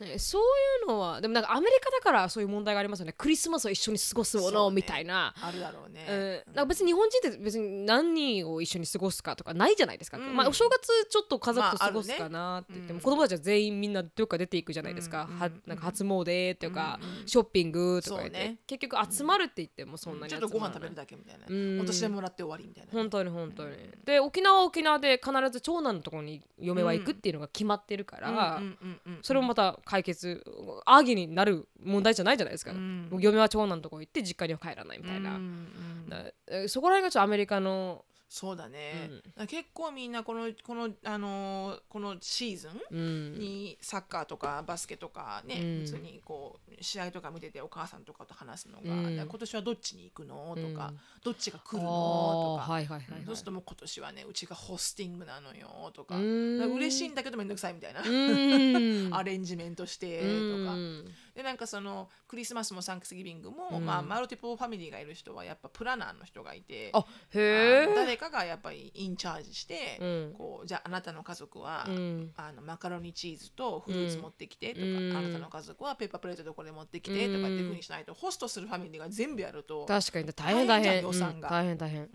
A: ね、そういうのはでもなんかアメリカだからそういう問題がありますよねクリスマスを一緒に過ごすも
B: そ
A: の
B: うね
A: みたいな
B: あるだろうね、
A: うん、なんか別に日本人って別に何を一緒に過ごすかとかないじゃないですか、
B: うん
A: まあ、お正月ちょっと家族と
B: まあ
A: 過
B: あるね
A: ごすかなって言っても、
B: うん
A: 子供たちは全員みんなどっか出ていくじゃないですか,、
B: うん
A: はなんか初詣とか、
B: うん
A: ショッピングとか言って、
B: そうね
A: 結局集まるって言ってもそんなに
B: ち
A: 集
B: ょっ
A: まらない
B: とご飯食べるだけみたいな、
A: うん
B: お年でもらって終わりみたいな、
A: 本当に本当に、で沖縄は沖縄で必ず長男のところに嫁は行くっていうのが決まってるから、
B: うんうんうんうん
A: それもまた解決アーギになる問題じゃないじゃないですか、
B: うん
A: 嫁は長男のとこ行って実家には帰らないみたいな、
B: うんうん
A: だえそこら辺がちょっとアメリカの
B: そうだね、
A: うん
B: だから結構みんなこのこのあのーこのシーズン
A: うん、
B: にサッカーとかバスケとかね、
A: うん
B: 普通にこう試合とか見ててお母さんとかと話すのが、
A: うん
B: だから今年はどっちに行くのとか、
A: うん
B: どっちが来るのと
A: あ
B: か、
A: ーはいはいはい、はい
B: うんそうするともう今年はねうちがホスティングなのよとか,、
A: うーん
B: 嬉しいんだけどめんどくさいみたいな、
A: うん
B: アレンジメントしてとか、
A: うん
B: でなんかそのクリスマスもサンクスギビングも、
A: うん
B: まあ、マルティポーファミリーがいる人はやっぱプランナーの人がいて。
A: あへ
B: あの
A: え
B: 誰かがやっぱりインチャージして、
A: うん
B: こうじゃああなたの家族は、
A: うん
B: あのマカロニチーズとフルーツ持ってきてとか、
A: うん
B: あなたの家族はペーパープレートでこれ持ってきてとかっていうふうにしないと、ホストするファミリーが全部やると、
A: 確かに大変大変
B: 大変じゃん予算が
A: うん大変大変
B: うん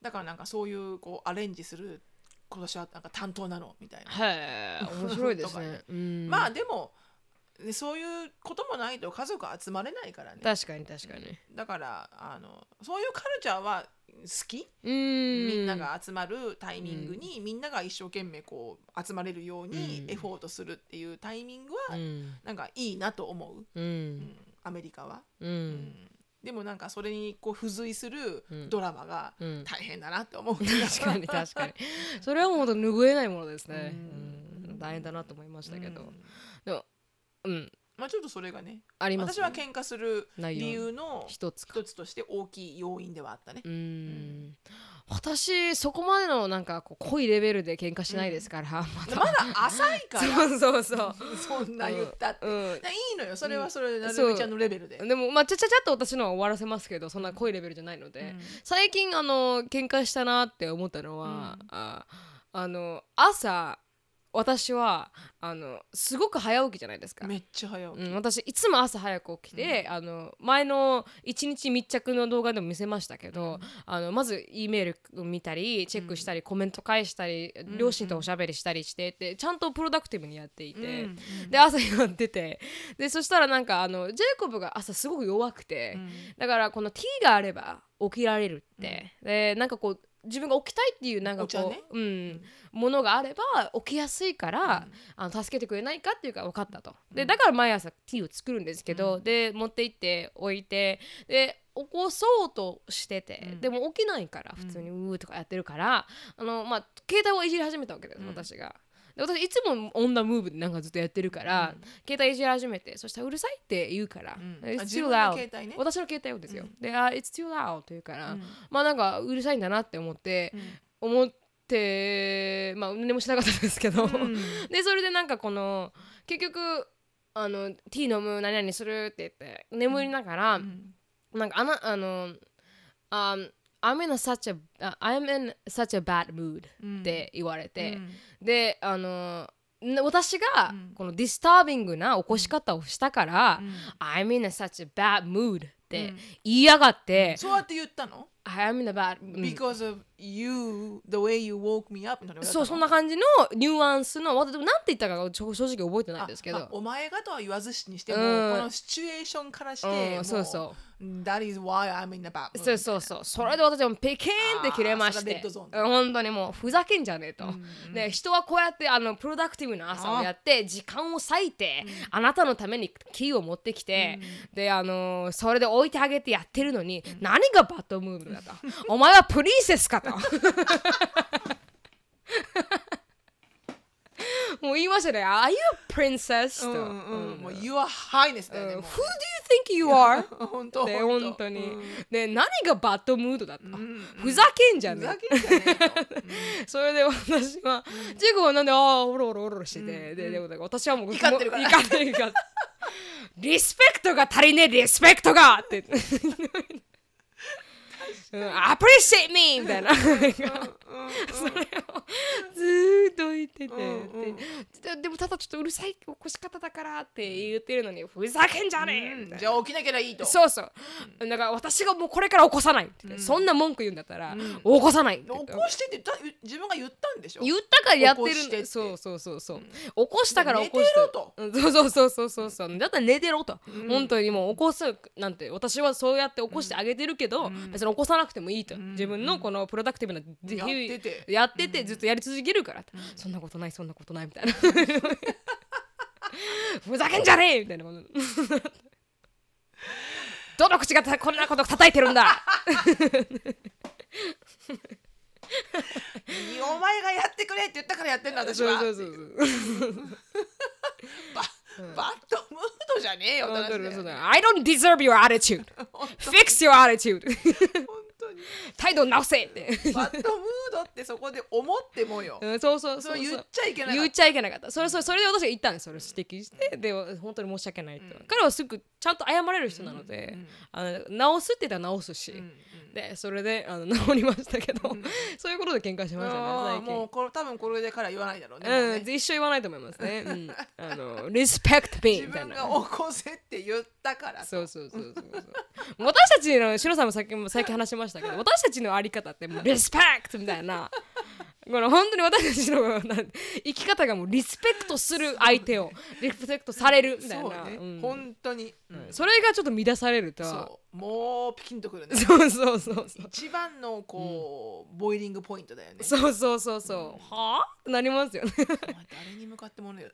B: だからなんかそういうこうアレンジする今年はなんか担当なのみたいな、
A: へえ面白いです
B: とか
A: ね
B: ね、
A: うん、
B: まあでもねそういうこともないと家族集まれないからね
A: 確かに確かに、
B: だからあのそういうカルチャーは好き
A: うん、
B: みんなが集まるタイミングに、みんなが一生懸命こう集まれるように
A: うん
B: エフォートするっていうタイミング
A: う
B: は
A: ん
B: なんかいいなと思う、
A: う
B: うんんアメリカは、
A: う
B: うん
A: ん
B: でもなんかそれにこう付随する
A: うん
B: ドラマが
A: うん
B: 大変だなって思う、
A: 確かに確かにそれはもう本当拭えないものですね、
B: うん
A: うん大変だなと思いましたけど、
B: うん
A: うん
B: まあ、ちょっとそれがね
A: あります
B: 私は喧嘩する
A: 内容
B: 理由の
A: 一つか
B: 一つとして大きい要因ではあったね
A: う。ーん私そこまでのなんかこう濃いレベルで喧嘩しないですから、ま
B: まだ浅いから
A: そうそうそう、
B: そんな言ったって、
A: うん
B: いやいいのよそれはそれでな
A: そ
B: る
A: う
B: みちゃんのレベルで。
A: でもまあちゃちゃちゃっと私のは終わらせますけどそんな濃いレベルじゃないので、
B: うん
A: 最近あの喧嘩したなって思ったのは、
B: うん
A: ああの朝私はあのすごく早起きじゃないですか。
B: めっちゃ早起き、
A: うん、私いつも朝早く起きて、あの前の1日密着の動画でも見せましたけど、あのまず E メールを見たりチェックしたり、コメント返したり
B: ん
A: 両親とおしゃべりしたりしてってちゃんとプロダクティブにやっていて、
B: うん
A: で朝やっててでそしたらなんかあのジェイコブが朝すごく弱くて、だからこの T があれば起きられるって、でなんかこう自分が起きたいっていうなんか
B: お茶
A: こう、
B: ね
A: うん、ものがあれば起きやすいから、あの助けてくれないかっていうから分かったと、でだから毎朝ティーを作るんですけど、で持って行って置いてで起こそうとしてて、
B: うん
A: でも起きないから普通にうーとかやってるから、あのまあ、携帯をいじり始めたわけです、
B: うん
A: 私が。で私いつも女ムーブでなんかずっとやってるから、携帯いじり始めてそしたらうるさいって言うから「
B: うんあ
A: It's too
B: 自分の
A: loud」
B: 携帯ね。
A: 私の携帯をですよ、
B: うん
A: で「あ It's too loud」というから、
B: うん
A: まあなんかうるさいんだなって思って、思ってまあ何もしなかったんですけど、
B: うん
A: でそれでなんかこの結局あの「ティー飲む何々する」って言って眠りながら、
B: うん
A: なんかあなあの「あ I'm in a such a I'm in such a bad mood」って言われて、
B: うん
A: であのな私が
B: うん
A: このディスタービングな起こし方をしたから「
B: うん
A: I'm in a such a bad mood」って
B: うん
A: 言いやがって
B: そうやって言ったの、
A: 「I'm in a bad mood」
B: ?Because of you, the way you woke me up みたいな
A: そうそん
B: な
A: な感じのニュアンスの私でもなんて言ったかがちょ正直覚えてないんですけど。
B: お前がとは言わずにしても、
A: うん
B: このシチュエーションからして、
A: う
B: も
A: ん、そうそう
B: That is why I'm in the bad
A: う
B: mood
A: そうそうそうそれで私もペケーンって切れまし
B: あーそれレ
A: て
B: ッドゾーン
A: うん本当にもうふざけんじゃねえと、で人はこうやってあのプロダクティブな朝をやって時間を割いて、あなたのためにキーを持ってきて、であのーそれで置いてあげてやってるのに、何がバッドムーブだとお前はプリンセスか ともう言いましたね「Are you a princess?」
B: う
A: と、
B: んうん
A: うん
B: もう You are highness だよね、
A: うん
B: も
A: Who do you think you are?
B: う本当
A: で本当に、で何がバッドムードだと、
B: ん
A: ふざけんじゃ
B: ふ
A: ね
B: ざ
A: え
B: けんじゃねえよ
A: それで私は、ジェイコブはなんでああおろおろおろしてて、ででもなんか私はもう
B: 怒ってるから
A: もう怒ってる怒ってるリスペクトが足りねえリスペクトがって うん、アプリシェイミーみたいな
B: うんうん
A: それをずーっと言ってて、
B: うんうん
A: ででもただちょっとうるさい起こし方だからって言ってるのにふざけんじゃねえ みたいな
B: じゃあ起きなければいいと。
A: そうそう、だから私がもうこれから起こさないって言って、そんな文句言うんだったら、起こさないって言っ
B: 起
A: て
B: こしてって言った自分が言ったんでしょ
A: 言ったからやって
B: 起こしてっ
A: る
B: て
A: のそうそうそうそう、起こしたから
B: 寝
A: 起
B: て
A: こした
B: ろと
A: うんそうそうそうそうそうそうだったら寝てろと、本当にもう起こすなんて私はそうやって起こしてあげてるけど、別に起こさなくてもいいと、自分のこのプロダクティブな日々
B: やっ
A: やって
B: てて
A: てずっとやり続けるからと、そんなことないそんなことないみたいなふざけんじゃねえみたいなことどの口がたこんなこと叩いてるん だ
B: お前がやってくれって言ったからやってんだ私は
A: そうそうそうそう
B: ババッドムードじゃねえよって
A: 本
B: 話だ
A: 当
B: よ
A: にそうだよ I don't deserve your attitude fix your attitude
B: 本当に
A: 態度直せ って
B: バッドムードってそこで思ってもよ
A: うんそうそう
B: そ
A: そうう
B: 言
A: そ
B: っ
A: う
B: ちゃいけない
A: 言っちゃいけなかったそれそれそれで私が言ったんですそれを指摘して、で本当に申し訳ないと、彼はすぐちゃんと謝れる人なので、あの直すって言ったら直すし、でそれであの直りましたけど、 そういうことで喧嘩しました
B: あ
A: ね最
B: ー
A: 近
B: もうこれ多分これでから言わないだろうね,もうね、
A: うん、一生言わないと思いますね。うん、あの、respect me
B: 自
A: みたい
B: 分
A: な
B: が。起こせって言ったからと
A: そうそうそうそうそう。私たちの、しのさんもさっきも最近話しましたけど、私たちのあり方ってもう respect みたいな。この本当に私たちのなん生き方がもうリスペクトする相手をリスペクトされるみたい
B: そう
A: な。
B: ね、
A: うん
B: 本当に、うん
A: それがちょっと乱されると。そ
B: そうもうピキンとくるね
A: うそうそうそう。
B: 一番のこう、ボイリングポイントだよね
A: そうそうそうそう。はあってなりますよね。
B: お前誰に向かって もねえよ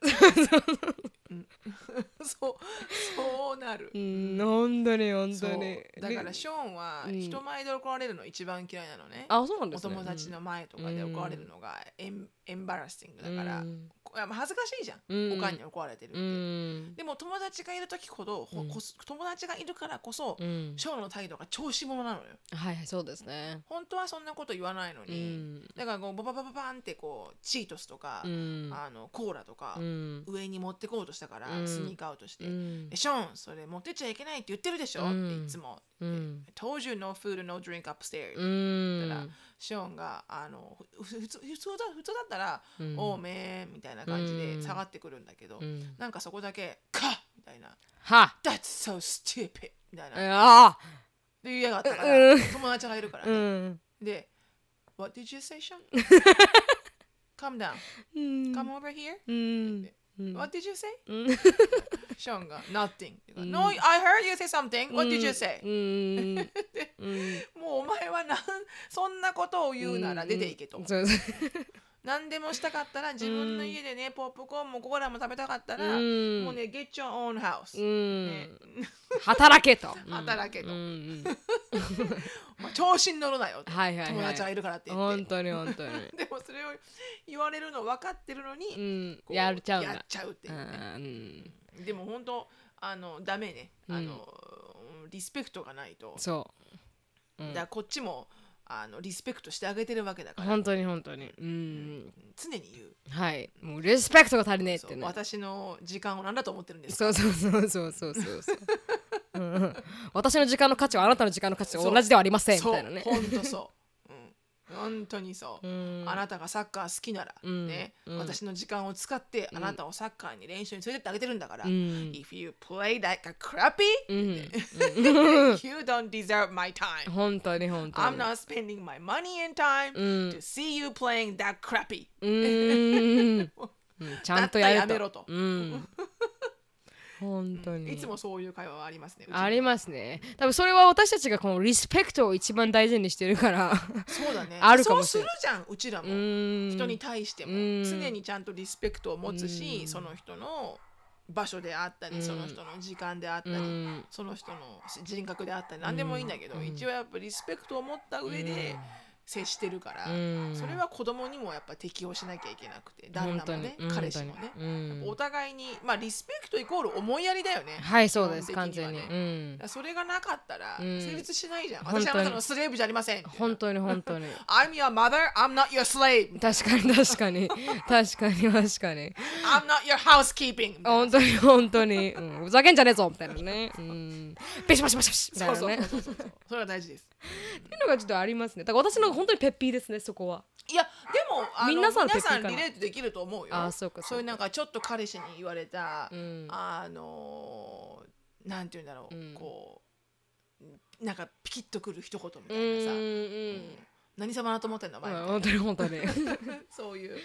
B: うん そうそうなる
A: うん、本当に本当に。
B: そうだから
A: で
B: ショーンは
A: うん
B: 人前で怒られるの一番嫌いなのね、
A: あ、そうなんで
B: お
A: すね。
B: 友達の前とかで怒られるのがエン,、エンバラッシングだから、
A: うん
B: こいやまあ恥ずかしいじゃん、
A: うん
B: おかんに怒られてるって、
A: うん。
B: でも友達がいる時ほど、ほこす友達がいるからこそ、
A: うん。
B: ショーンの態度が調子者なのよ
A: はいはい、そうですね。
B: 本当はそんなこと言わないの
A: う
B: に、
A: ん。
B: だからこうバババババンってこうチートスとか、
A: うん。
B: あのコーラとか、
A: うん。
B: 上に持ってこうとしたから、
A: うん
B: スニーカーアウトして、
A: うん
B: でショーンそれ持ってっちゃいけないって言ってるでしょ、
A: うん
B: っていつも
A: うん
B: told you no food no drink upstairs、
A: うん
B: ショーンがあのふふ普通普通だ普通だったら「
A: うん
B: おうめー」みたいな感じ
A: う
B: で
A: ん
B: 下がってくるんだけど、
A: うん
B: なんかそこだけ「かみたいな
A: は
B: 「That's so stupid」みたいな、で
A: あ
B: 言いやがったから、
A: うん
B: 友達がいるから
A: う
B: ね、
A: ん
B: で「What did you say, Sean? Come down.
A: うん
B: Come over here.
A: うんうん
B: What did you say?」
A: うん
B: ショーンが「Nothing」No, I heard you say something. What did you say?、
A: うんうん
B: もうお前はなんそんなことを言うなら出ていけと。
A: そうそう
B: 何でもしたかったら自分の家でね、ポップコーンもコーラも食べたかったら、
A: うん
B: もうね get your own house、
A: うん働けと
B: 働けと
A: うんうん
B: まあ、調子に乗るなよって
A: はいはいはい
B: 友達がいるからって言って
A: 本当に本当に
B: でもそれを言われるの分かってるのに、
A: うん
B: こう
A: やっちゃうん
B: やっ
A: だ
B: ちゃうっていううね、
A: ん
B: でも本当あのダメね
A: うん
B: あの、リスペクトがないと
A: そう
B: だからこっちもあのリスペクトしてあげてるわけだから
A: 本当に本当にうん
B: 常に言う
A: はいもうリスペクトが足りねえっ
B: そう
A: てね
B: 私の時間を何だと思ってるんですか
A: そうそうそうそうそうそうそう。うん私の時間の価値はあなたの時間の価値と同じではありませんみ
B: そう
A: たいなね。
B: 本当そう、うん、本当にそう、
A: うん
B: あなたがサッカー好きなら、
A: ん
B: ね、
A: うん
B: 私の時間を使ってあなたをサッカーに練習に連れてってあげてるんだから、
A: うん
B: If you play like a crappy,
A: うん
B: you don't deserve my time.
A: 本当に本当
B: I'm
A: に。
B: not spending my money and time
A: うん
B: to see you playing that crappy.
A: うーんうんちゃんとや
B: だったらやめ
A: る
B: ろと
A: うん本当に。
B: いつもそういう会話はありますね。うち
A: ありますね。多分それは私たちがこのリスペクトを一番大事にしてるから。
B: そうだね。
A: あるかもし
B: そう
A: れ
B: するじゃん、うちらも。
A: うん
B: 人に対しても
A: うん
B: 常にちゃんとリスペクトを持つし、その人の場所であったり、その人の時間であったり、
A: うん
B: その人の人格であったり何でもいいんだけど、一応やっぱリスペクトを持った上で、接してるから、
A: うん
B: それは子供にもやっぱ適応しなきゃいけなくて旦那もね
A: 本当に
B: 彼氏もね
A: 本、当にうん
B: お互いにまあリスペクトイコール思いやりだよね、
A: はいそうです
B: 基
A: 完
B: 本的に
A: 全
B: は
A: に、
B: ね
A: うん、
B: それがなかったら
A: うん
B: 成立しないじゃん、
A: 本当に
B: 私はあなたのスレーブじゃありませんって
A: 本当に本当に
B: I'm your mother I'm not your slave
A: 確かに確かに確かに確かに
B: I'm not your housekeeping みたいな
A: 本当に本当に、うん、ふざけんじゃねえぞみたいなね、うん、ペシパシパシパシみたいな
B: そう
A: ね
B: そうそうそうそうそれは大事です
A: っていうのがちょっとありますねだから私の本当にペッピーですねそこはい
B: やでもあの
A: 皆
B: 皆
A: さん
B: さん
A: ペッピーかな
B: リレートできると思うよ
A: あーそうかそうか
B: いうなんかちょっと彼氏に言われた、
A: うん
B: あのーなんて言うんだろう、
A: うん
B: こうなんかピキッとくる一言み
A: う
B: たいなさ、
A: んうん
B: 何様だと思ってんだお前、
A: 本当に本当 に
B: そういう、
A: う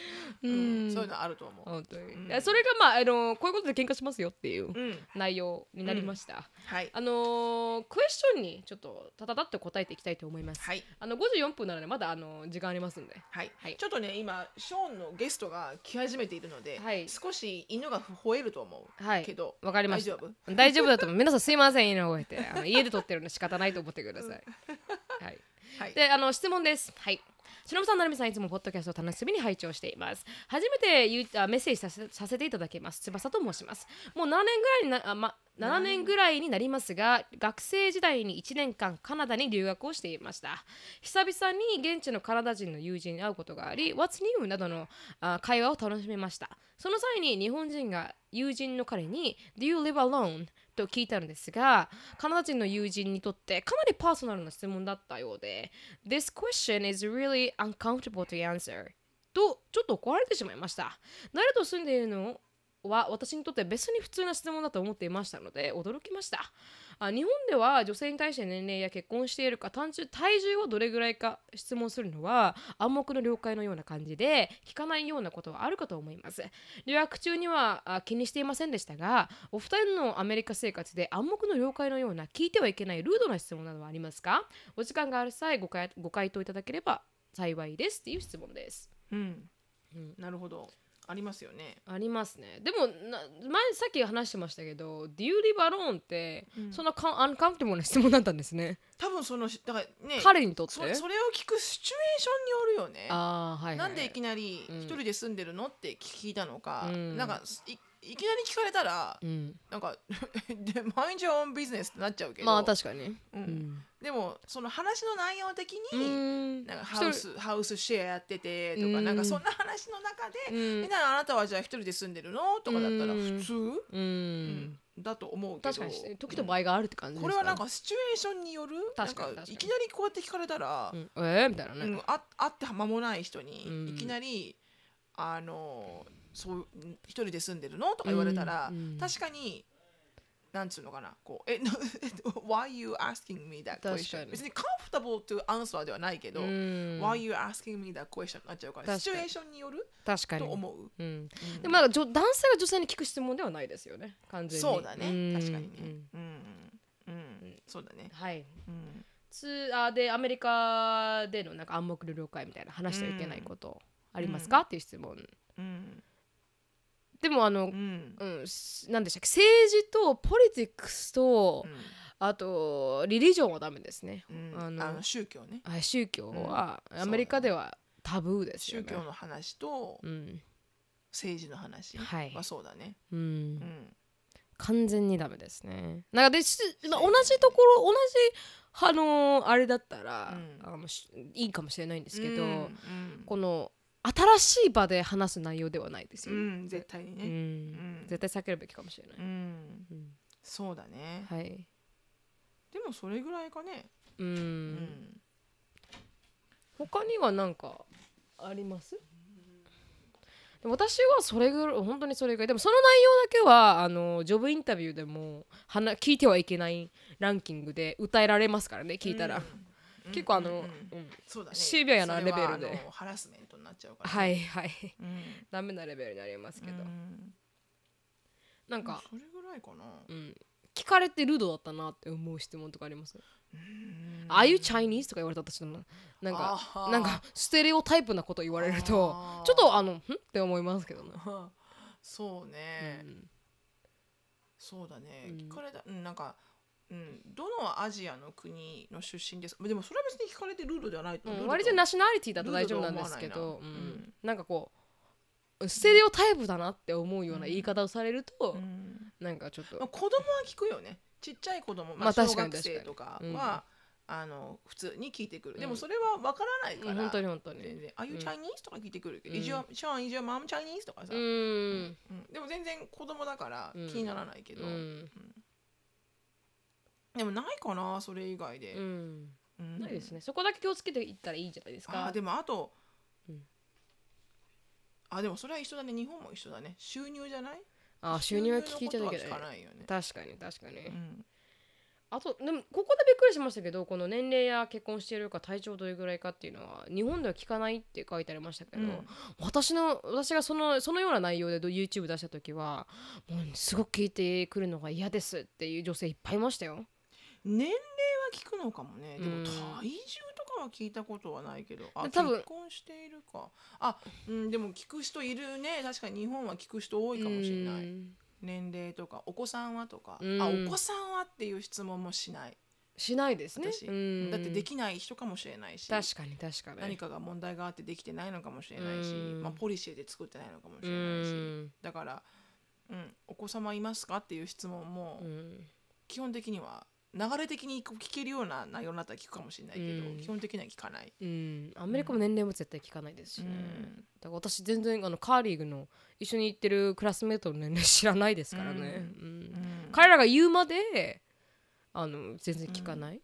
B: うんんそういうのあると思う、
A: 本当に、
B: うん
A: それがまああのこういうことで喧嘩しますよっていう
B: うん、
A: 内容になりました、
B: はい
A: あのークエスチョンにちょっとタタタって答えていきたいと思います、
B: はい
A: あの54分なのでまだあの時間ありますんで
B: はい、
A: はい
B: ちょっとね今ショーンのゲストが来始めているので、
A: はい
B: 少し犬が吠えると思う、
A: はい
B: けど
A: わかりま
B: 大
A: した
B: 丈夫
A: 大丈夫だと思う皆さんすいません犬を覚えてあの家で撮ってるの仕方ないと思ってください、はい
B: はい
A: であの質問です。はい。しのぶさん、なるみさん、いつもポッドキャストを楽しみに拝聴しています。初めてゆあメッセージさせさせていただきます。翼と申します。もう7年ぐらいになあ、ま、7年ぐらいになりますが、学生時代に1年間カナダに留学をしていました。久々に現地のカナダ人の友人に会うことがあり、What's New? などのあ会話を楽しみました。その際に日本人が友人の彼に Do you live alone? と聞いたのですが、カナダ人の友人にとってかなりパーソナルな質問だったようで、This question is really uncomfortable to answer. と、ちょっと怒られてしまいました。誰と住んでいるのは私にとって別に普通な質問だと思っていましたので驚きましたあ日本では女性に対して年齢や結婚しているか単純体重をどれぐらいか質問するのは暗黙の了解のような感じで聞かないようなことはあるかと思います留学中にはあ気にしていませんでしたがお二人のアメリカ生活で暗黙の了解のような聞いてはいけないルードな質問などはありますかお時間がある際ご回ご回答いただければ幸いですっていう質問です
B: うん
A: うん
B: なるほどありますよね、
A: ありますねでもな前さっき話してましたけど「デューリバローン」って、そんなかアンカンフティブルな質問だったんですね
B: 多分そのだからね
A: 彼にとって
B: そそれを聞くシチュエーションによるよね、
A: ああはい、はい、
B: なんでいきなり
A: うん
B: 一人で住んでるのって聞いたのか、
A: うん
B: なんかすいいきなり聞かれたら
A: うん、
B: なんか で「マインジョンビジネス」ってなっちゃうけど、
A: まあ確かに
B: う
A: うんん、
B: でもその話の内容的
A: う
B: に、
A: ん、
B: なんかハウ
A: 一
B: スハウスシェアやっててとか、
A: うん
B: なんかそんな話の中で、
A: 人
B: みんなあなたはじゃあ一人で住んでるのとかだったら
A: うん
B: 普通、
A: うん、う
B: うん
A: ん、
B: だと思うけど
A: 確かに時と場合があるって感じです
B: こ
A: か
B: れはなんかシチュエーションによるなん
A: 確か
B: か
A: に確かに
B: いきなりこうやって聞かれたら
A: う、ん、えー、みたいなね、
B: うん、あ会って間もない人に、
A: うん
B: いきなり「あのそううん一人で住んでるの?」とか言われたら、
A: うんうん
B: 確かに。なんつうのかなこうえな Why you asking me that
A: 確かに
B: question? 別に comfortable to answer ではないけど、
A: うん
B: Why you asking me that question? になっちゃうか
A: 確
B: ら
A: かに
B: シチュエーションによる
A: 確か
B: と
A: に
B: 思う、
A: うん、で
B: う
A: も
B: ん
A: なんか女男性が女性に聞く質問ではないですよね完全に
B: そうだね、
A: ん
B: 確かにね
A: うん
B: うんうん、うんそうだね、
A: はい
B: うん、
A: つあでアメリカでのなんか暗黙の了解みたいな話してはいけないことありますか、っていう質問
B: うん
A: でもあの、
B: うんうん
A: うん、すなんでしたっけ政治とポリティクスと、あとリリジョンはダメですね、
B: うん
A: あの
B: あの宗教ね
A: あ宗教は、
B: うん
A: アメリカではタブーですよ
B: 宗
A: ね
B: 教の話と
A: うん、
B: 政治の話
A: はい
B: はそうだね。
A: う
B: うんん、
A: 完全にダメですね。なんかでし、まあ、同じところ同じあのーあれだったら、
B: う
A: あのしいいかもしれないんですけど、
B: うん
A: この新しい場で話す内容ではないです
B: う
A: よね。
B: ん、絶対に
A: う
B: ね。
A: ん
B: うん
A: 絶対避けるべきかもしれない。
B: うん、
A: うん
B: そうだね。
A: はい。
B: でもそれぐらいかね。
A: うん、
B: うん、
A: 他には何かありますでも私はそれぐらい本当にそれぐらいでもその内容だけはあのジョブインタビューでもはな聞いてはいけないランキングで歌えられますからね聞いたら、
B: うん
A: 結構あの、
B: うん
A: うん
B: そうだね。
A: シビアなレベルで
B: それはあのハラスメントになっちゃうから、。
A: はいいはい
B: うん、
A: ダメなレベルになりますけど、
B: うん
A: なんか、
B: それぐらいかな。
A: うん、聞かれてルードだったなって思う質問とかあります
B: うん
A: 「Are you Chinese?」とか言われたとしてもなんか
B: あー
A: なんかステレオタイプなこと言われると
B: あー
A: ちょっとあの「ん?」って思いますけどね。
B: そう
A: う
B: ね。
A: ん
B: そうだね、
A: うん
B: 聞かれたうんなんかうん、どのアジアの国の出身ですかでもそれは別に聞かれてルールではないと
A: う
B: 思う、
A: ん、
B: ルール
A: 割と
B: だ
A: ナショナリティだと大丈夫なんですけどう
B: ルールとは思わないなうん
A: ん、なんかこうステレオタイプだなって思うような言い方をされると
B: と、うん
A: なんかちょっと、
B: まあ、子供は聞くよねちっちゃい子供、ま
A: ま
B: あ、
A: あ確
B: 小
A: かに
B: 学生とか
A: 確かにうん
B: はあの普通に聞いてくる、で
A: う
B: も
A: ん
B: それはわからないか
A: う
B: ら
A: ん本当に本当
B: 全
A: に
B: 然「あゆ
A: うん
B: Chinese?」とか聞いてくるけど「
A: うん
B: Is your- Sean, is your mom Chinese?」とかさ、
A: う
B: うんんでも全然子供だから
A: うん
B: 気にならないけど、
A: うん
B: でもないかなそれ以外で、
A: うん
B: うん
A: ないですねそこだけ気をつけていったらいいじゃないです
B: あ
A: か
B: ーでもあと、
A: うん
B: あでもそれは一緒だね日本も一緒だね収入じゃない
A: あー収入は聞いちゃ
B: 収
A: う
B: 入の
A: け
B: ことは聞
A: ど
B: か
A: ね
B: ないよね、
A: 確かに確かに、
B: うん
A: あとでもここでびっくりしましたけどこの年齢や結婚しているか体調どれぐらいかっていうのは日本では聞かないって書いてありましたけど、
B: うん
A: 私の私がそのそのような内容で YouTube 出した時はもうすごく聞いてくるのが嫌ですっていう女性いっぱいいましたよ。
B: 年齢は聞くのかもねで
A: う
B: も
A: ん
B: 体重とかは聞いたことはないけどあ
A: で多分
B: 結婚しているかあ、うん、でも聞く人いるね確かに日本は聞く人多いかもしれない、
A: うん
B: 年齢とかお子さんはとか、
A: うん
B: あお子さんはっていう質問もしない
A: しないですね。
B: 私
A: うん
B: だってできない人かもしれないし
A: 確かに確かに。
B: 何かが問題があってできてないのかもしれないし、
A: うん
B: まあ、ポリシーで作ってないのかもし
A: う
B: れないし、
A: ん
B: だから、うん、お子様いますかっていう質問も
A: うん
B: 基本的には流れ的に聞けるような内容になったら聞くかもしれないけど、
A: うん
B: 基本的には聞かない。
A: うん、アメリカも年齢も絶対聞かないですし
B: う
A: ね。
B: ん
A: だから私全然あのカーリーグの一緒に行ってるクラスメートの年齢知らないですからね。うん
B: うん
A: 彼らが言うまであの全然聞かない、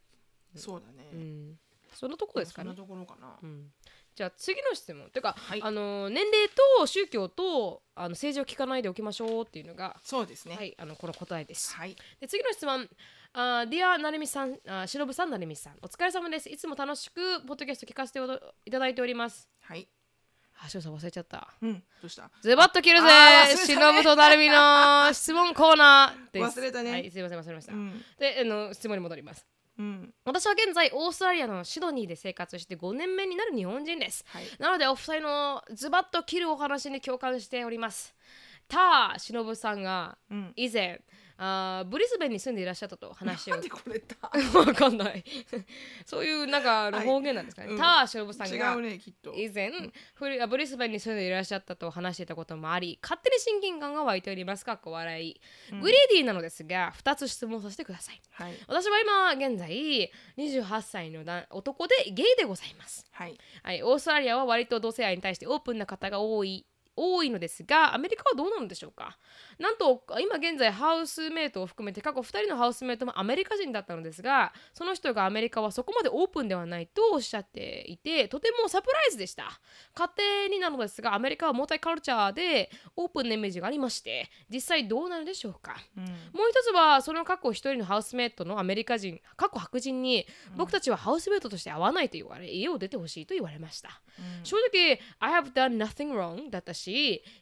B: そうだね、
A: うんそのとこですか
B: そ
A: ね
B: んな、ところかな、
A: うん、じゃあ次の質問てか、
B: はい
A: あの年齢と宗教とあの政治を聞かないでおきましょうっていうのが、
B: そうですね
A: は
B: はい、
A: い、あのこの答えですで次の質問あーディアなるみさんあーしのぶさんなるみさんお疲れ様ですいつも楽しくポッドキャスト聞かせていただいております
B: はい
A: あしのぶさん忘れちゃった
B: うんどうした
A: ズバッと切るぜ
B: あー忘れたね
A: しのぶとなるみの質問コーナーです
B: 忘れたね
A: はい、すいません忘れました、
B: うん
A: であの質問に戻ります
B: うん
A: 私は現在オーストラリアのシドニーで生活して5年目になる日本人です
B: はい
A: なのでお二人のズバッと切るお話に共感しておりますたしのぶさんが
B: うん
A: 以前あーブリスベンに住んでいらっしゃったと話
B: な
A: を
B: んでこれだ
A: わかんない そういうなんかあの
B: はい
A: 方言なんですか
B: う
A: ね、
B: ん
A: たしのぶさん
B: 違
A: が
B: うねきっと
A: 以前フリブリスベンに住んでいらっしゃったと話していたこともあり勝手に親近感が湧いておりますかっこ笑い、
B: うん
A: グリーディーなのですが2つ質問させてください
B: はい
A: 私は今現在28歳の男男でゲイでございます、
B: はい
A: はい、オーストラリアは割と同性愛に対してオープンな方が多い多いのですがアメリカはどうなのでしょうかなんと今現在ハウスメイトを含めて過去2人のハウスメイトもアメリカ人だったのですがその人がアメリカはそこまでオープンではないとおっしゃっていてとてもサプライズでした家庭になるのですがアメリカはモータイカルチャーでオープンなイメージがありまして実際どうなのでしょうか
B: うん
A: もう一つはその過去一人のハウスメイトのアメリカ人過去白人に僕たちはハウスメイトとして会わないと言われ家を出てほしいと言われました
B: うん
A: 正直 I have done nothing wrong だったし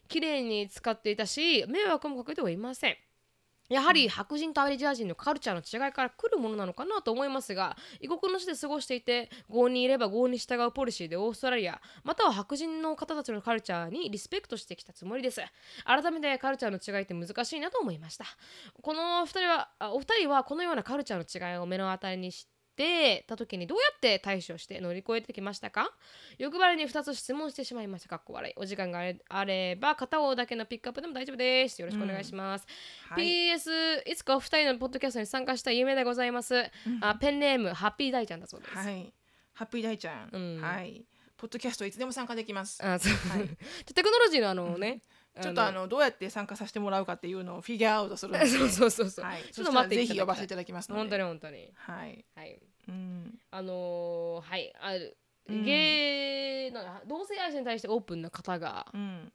A: 綺麗に使っていたし迷惑もかけてはいませんやはり白人とアメリカ人のカルチャーの違いから来るものなのかなと思いますが異国の地で過ごしていて合にいれば合に従うポリシーでオーストラリアまたは白人の方たちのカルチャーにリスペクトしてきたつもりです改めてカルチャーの違いって難しいなと思いましたこの二人はあお二人はこのようなカルチャーの違いを目の当たりにしてた時にどうやって対処して乗り越えてきましたか欲張りに2つ質問してしまいましたかっこ笑いお時間があれあれば片方だけのピックアップでも大丈夫ですよろしくお願いします、
B: はい
A: PS いつかお二人のポッドキャストに参加したい夢でございます、あペンネームハッピーダイちゃんだそうです、
B: はい。ハッピーダイちゃん。
A: うん
B: はい。ポッドキャストいつでも参加できます。
A: あそう
B: はい
A: テクノロジーのあのね、
B: ちょっとあのどうやって参加させてもらうかっていうのをフィギュアアウトするので。
A: の そうそうそうそう、
B: はい。
A: ち
B: ち
A: ょっと
B: ょっと
A: 待って
B: ぜ
A: いただきたい
B: ひ呼ばせていただきますので。
A: 本当に本当に
B: はい。
A: はい
B: うん。
A: あのーはいある
B: うん
A: ゲイの同性愛者に対してオープンな方が
B: うん。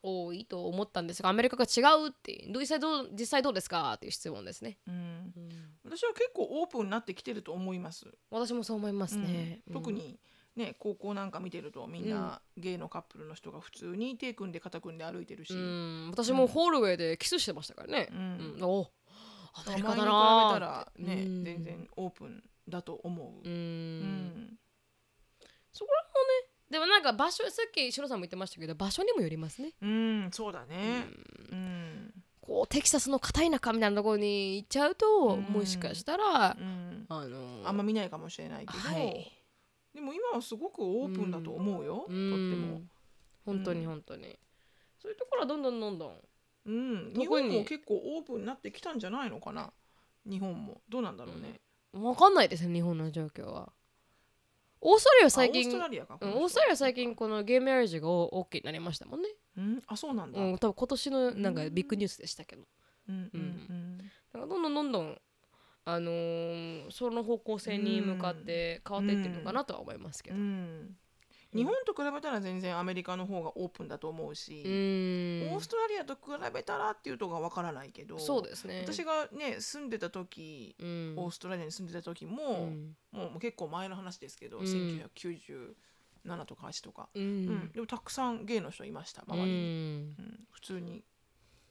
A: 多いと思ったんですがアメリカが違うっていうどう実際どう実際どうですかっていう質問ですね、
B: うん。私は結構オープンになってきてると思います。
A: 私もそう思いますね、
B: うん特に。ね、高校なんか見てるとみんなゲイのカップルの人が普通に手組んで肩組んで歩いてるし、
A: うん私もホールウェイでキスしてましたからね、
B: うん
A: うんおアメ
B: 前
A: リ
B: に比
A: カ
B: べた
A: だなーって
B: らね、
A: うん
B: 全然オープンだと思
A: うん
B: う、うん
A: そこらもねでもなんか場所さっきシロさんも言ってましたけど場所にもよりますね
B: うん、そうだね、うん
A: こうテキサスの片田舎みたいなところに行っちゃうと、
B: うん
A: もしかしたら、
B: うん
A: あの
B: あんま見ないかもしれないけど、
A: はい
B: でも今はすごくオープンだと思うよ、
A: うん
B: とっても。
A: 本当に
B: うん
A: 本当に、そういうところはどんどんどんどん
B: うん、
A: 特に
B: 日本も結構オープンになってきたんじゃないのかな日本もどうなんだろうね、
A: 分かんないですね日本の状況はオーストラリア最近
B: あオーストラリアか
A: うん、オーストラリア最近このゲイマリージが OK になりましたもんね、
B: うんあそうなんだ、
A: う
B: うん
A: ん、多分今年のなんか
B: うん
A: ビッグニュースでしたけど、
B: うんうん
A: なんかどんどんどんどんあのーその方向性に向かって変わっていってるのかなとは思いますけ
B: う
A: ど、
B: ん、日本と比べたら全然アメリカの方がオープンだと思うし、
A: うん
B: オーストラリアと比べたらっていうとがわからないけど
A: そうですね
B: 私がね住んでた時、
A: うん
B: オーストラリアに住んでた時も、
A: うん
B: もうもう結構前の話ですけど、
A: うん
B: 1997とか8とか、
A: う
B: うん
A: ん
B: でもたくさん芸の人いました
A: う
B: 周りに、
A: ん
B: うん普通に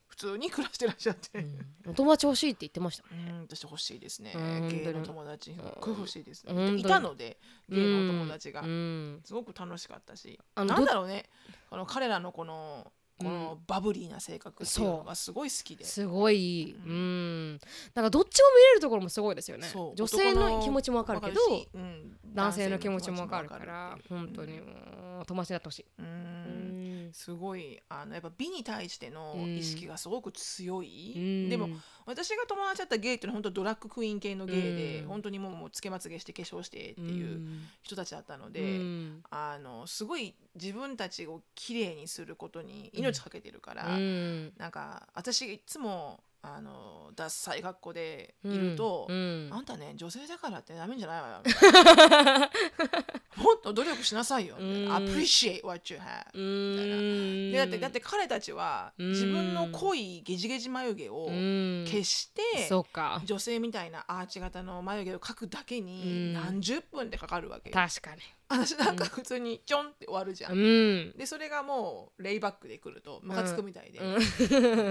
B: 普通に暮らしてらっしゃって、
A: お友達欲しいって言ってましたもん
B: うん、私欲しいですね
A: うん
B: 芸の友達すごい欲しいです
A: う
B: ね
A: ん
B: いたので芸のお友達が
A: うん
B: すごく楽しかったし
A: あの
B: なんだ
A: ど
B: ろうねこの彼らのこのこのバブリーな性格っていうのがすごい好きで、
A: すごい、う
B: うん
A: ん、なんかどっちも見れるところもすごいですよね
B: そう
A: 女性の
B: 男
A: 気持ちもわかるけど
B: わしうん
A: 男性の気持ちもわかるから
B: 男性の
A: 本
B: 気持ちも
A: 当
B: わかるって
A: に
B: いう
A: もう友達になってほしい、
B: うん
A: うん
B: すごいあのやっぱ美に対しての
A: うん
B: 意識がすごく強い、
A: うん
B: でも私が友達だったゲイっていうのは本当ドラッグクイーン系のゲイで、
A: うん
B: 本当にもうもうつけまつげして化粧してっていう人たちだったので、
A: うん
B: あのすごい自分たちを綺麗にすることに命かけてるから、
A: うん
B: なんか私いつもあのダサい格好でいると、
A: うん
B: あんたね女性だからってダメんじ ゃないわよみたいなもっと努力しなさいよ、
A: うん
B: Appreciate what you have、
A: うん
B: でだってだって彼たちは
A: うん
B: 自分の濃いゲジゲジ眉毛を
A: うん
B: 消して、
A: そうか
B: 女性みたいなアーチ型の眉毛を描くだけ
A: うん
B: に何十分でかかるわけよ、
A: 確かに
B: 私なんか普通にちょんって終わるじゃん、
A: うん
B: でそれがもうレイバックで来るとムカつくみたいで、
A: うん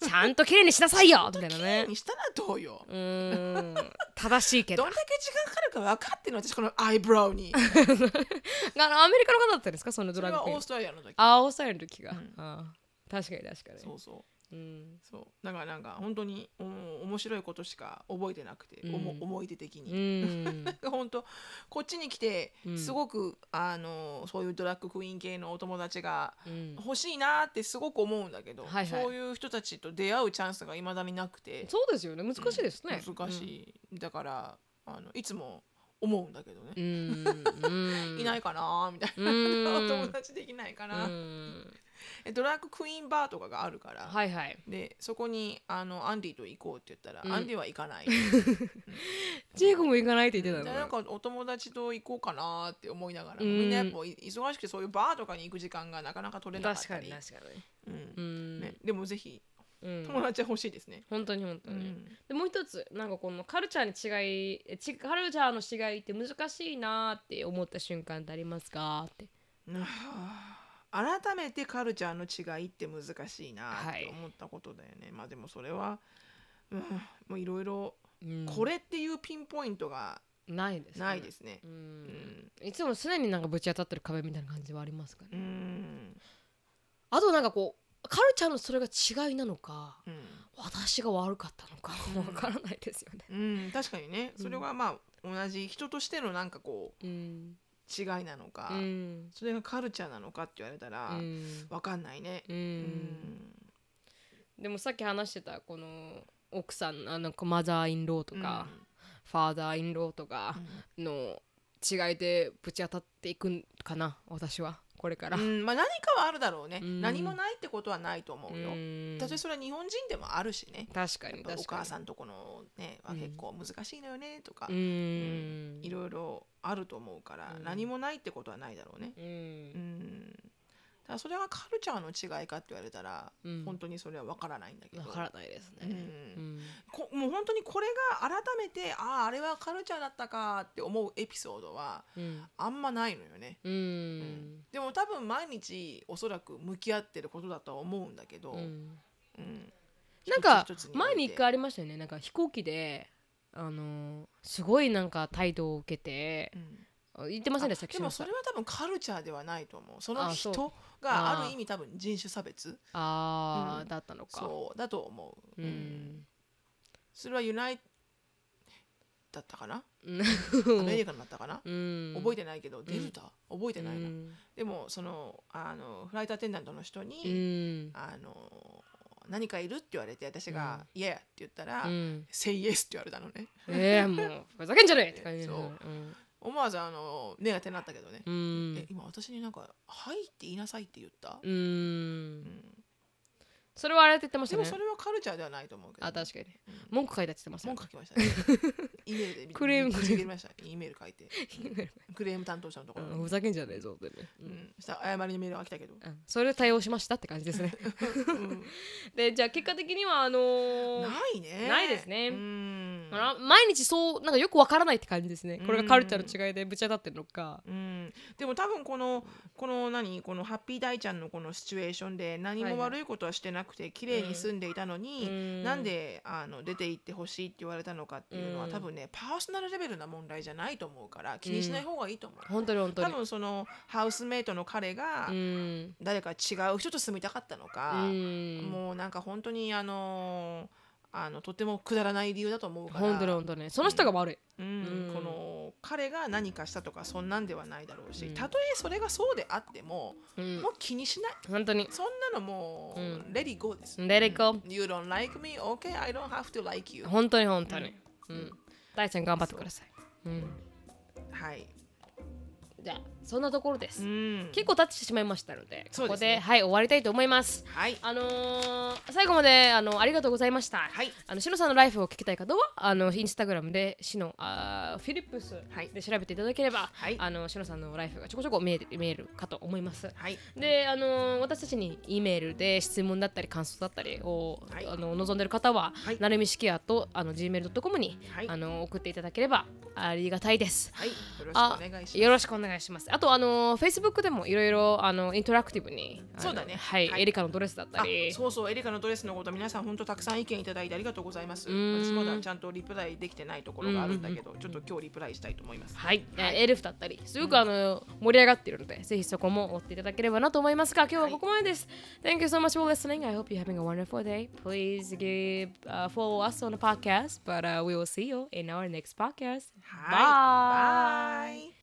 A: ちゃんと綺麗にしなさいよみたいなね
B: にしたらどうよ
A: うん正しいけど
B: どんだけ時間かかるか分かってんの私このアイブロ ウに
A: あのアメリカの方だったんですかそのド
B: そ
A: ラ
B: れ
A: ッグ
B: は
A: クイー
B: オ
A: ン
B: ーストラリアの時
A: あ、オーストラリアの時が。
B: うん
A: あー確かに確かに。
B: そうそ
A: う
B: う
A: ん。
B: そうだからなんか本当にお面白いことしか覚えてなくて、おも
A: うん
B: 思い出的に、
A: うん。
B: 本当こっちに来て
A: うん
B: すごく、あのそういうドラッグクイーン系のお友達が
A: うん
B: 欲しいなってすごく思うんだけど、
A: はいはい
B: そういう人たちと出会うチャンスがいまだになくて
A: そうですよね。難しいですね。
B: 難しい、だからあのいつも思うんだけどね
A: う、ん。うん。。
B: いないいかなみたいな、
A: うん。
B: 友達できないか
A: う
B: な、
A: ん。
B: えドラッグクイーンバーとかがあるから、
A: はいはい。
B: でそこにあのアンディと行こうって言ったら、
A: うん
B: アンディは行かない
A: ジェイコも行かないって言って
B: で
A: たの
B: なん
A: か
B: かお友達と行こうかなって思いながら、
A: うん
B: みんなやっぱい忙しくてそういうバーとかに行く時間がなかなか取れ
A: な。
B: なかっ
A: 確
B: た
A: かに
B: り
A: 確かに。
B: うん
A: うん。
B: ね、でもぜひ
A: うん。
B: 友達は欲しいですね、
A: 本当に本当
B: うん
A: に。でもう一つなんかこのカルチャーに違いえちカルチャーの違いって難しいなーって思った瞬間ってありますかって。
B: なあ改めてカルチャーの違いって難しいな
A: は
B: っ
A: い
B: て思ったことだよね、まあでもそれは、うん、もういろいろ
A: うん
B: これっていうピンポイントが
A: ないですね。
B: ないですね
A: う。
B: うんん
A: いつも常になんかぶち当たってる壁みたいな感じはありますかね。
B: うん
A: あとなんかこうカルチャーのそれが違いなのか
B: うん
A: 私が悪かったのか
B: うん
A: わからないですよね。
B: うん確かにねそれはまあ同じ人としてのなんかこう
A: うん。
B: 違いなのか、
A: うん。
B: それがカルチャーなのかって言われたら、
A: うん
B: わかんないね。
A: う。
B: うんん
A: でもさっき話してたこの奥さんあのマザーインローとか、ファーザーインローとかの違いでぶち当たっていくんかな私はこれから。
B: うんうんまあ、何かはあるだろうね、
A: うん
B: 何もないってことはないと思うよ。
A: ん
B: たとえそれは日本人でもあるしね。
A: 確か
B: や
A: に
B: っぱお
A: 確かに。
B: 母さんとこのねは結構難しいのよねとか、
A: うん。
B: いろいろあると思うから、
A: うん
B: 何もないってことはないだろうね。
A: う。
B: うんん、ただそれがカルチャーの違いかって言われたら、
A: うん
B: 本当にそれはわからないんだけど。
A: わからないです
B: う
A: ね。
B: ん
A: うん。
B: こもう本当にこれが改めてあああれはカルチャーだったかって思うエピソードは
A: うん。
B: あんまないのよね、
A: う。
B: うんでも多分毎日おそらく向き合ってることだとは思うんだけど、
A: うん
B: うん
A: なんか
B: 一つ一つおいて
A: 前に一回ありましたよねなんか飛行機であのーすごいなんか態度を受けて
B: うん
A: あ言ってませんでした
B: あでもそれは多分カルチャーではないと思うその
A: あそ
B: 人が
A: あー
B: ある意味多分人種差別
A: あー、
B: うん
A: だったのか
B: そうだと思う、
A: う
B: うん
A: ん、
B: それはユナイだったかな
A: うん、
B: アメリカになったかな、覚えてないけどデルタ、覚えてないな、
A: うん
B: でもそのあのフライトアテンダントの人に、
A: うん
B: あの何かいるって言われて私が「いや」って言ったら「
A: うん、
B: セイエス」って言われたのね
A: えー、もうふざけんじゃねえって感じ
B: そう
A: うん
B: 思わずあの目が手になったけどね、
A: う
B: え
A: ん
B: 今私になんか「はい」って言いなさいって言った、
A: う
B: うんん
A: それはあれって言ってまし
B: で
A: た
B: も
A: ね
B: それはカルチャーではないと思うけど、
A: あ確かに
B: うん
A: 文句書いたって言ってましたよ
B: 文
A: ね
B: 句書きましたね イメールで見
A: クレーム
B: ぶち切りましたイメール書い てクレーム担当者のところに
A: うんふざけんじゃねえぞってね、う
B: うんん、そしたら謝りのメールが来た けど、
A: うんそれで対応しましたって感じです ね
B: うん
A: でじゃあ結果的にはあのー
B: ないね
A: ないですね
B: うん
A: あら毎日そうなんかよくわからないって感じですねこれがカルチャーの違いでぶち当たってるのか
B: うん、でも多分このこの何このハッピー大ちゃんのこのシチュエーションで何
A: はい
B: も
A: はい
B: 悪いことはしてなくて綺麗に住んでいたのに、
A: な
B: な
A: ん
B: であの出て行ってほしいって言われたのかっていうのは、
A: うん
B: 多分ねパーソナルレベルな問題じゃないと思うから気にしない方がいいと思う、
A: 本当に本当
B: 多
A: に
B: 分そのハウスメイトの彼が
A: うん
B: 誰か違う人と住みたかったのか、
A: うん
B: もうなんか本当にあのあのとてもくだらない理由だと思うから
A: 本当に本当にその人が悪い
B: うん
A: うん
B: この彼が何かしたとかそんなんではないだろうし、
A: うん
B: たとえそれがそうであっても、
A: うん
B: もう気にしない
A: 本当に
B: そんなのもう、
A: うん
B: レディゴーです
A: Let it go
B: You don't like me, okay, I don't have to like you
A: 本当に本当にうん大ちゃん頑張ってくださいうん
B: はい、
A: じゃあそんなところです
B: ん
A: 結構経ってしまいましたので
B: そう
A: ここ
B: ですね
A: ではい終わりたいと思います
B: はい
A: あのー最後まであのありがとうございました
B: はい
A: あのシノさんのライフを聞きたい方はあのインスタグラムでシノあーフィリップス
B: はい
A: で調べていただければ、
B: はい
A: あのシノさんのライフがちょこちょこ見える見えるかと思います。
B: はい
A: であの私たちに E メールで質問だったり感想だったりを、
B: はい
A: あの望んでる方は、
B: はい
A: なるみしきやとあの gmail.com に、
B: はい
A: あの送っていただければありがたいです。
B: はいよろしく
A: あ
B: お願いします
A: よろしくお願いします。あとあの Facebook でもいろいろあのインタラクティブにあの
B: そうだね
A: はい、
B: はい
A: エリカのドレスだった
B: あ
A: り
B: そうそうエリカのドレスのこと皆さん本当たくさん意見いただいてありがとうございます
A: うん
B: 私まだちゃんとリプライできてないところがあるんだけどちょっと今日リプライしたいと思います
A: はい、エルフだったりすごくあの、盛り上がっているのでぜひそこも追っていただければなと思いますが今日はここまでです、Thank you so much for listening I hope you're having a wonderful day Please give、uh, follow us on the podcast but、uh, we will see you in our next podcast
B: はいバイ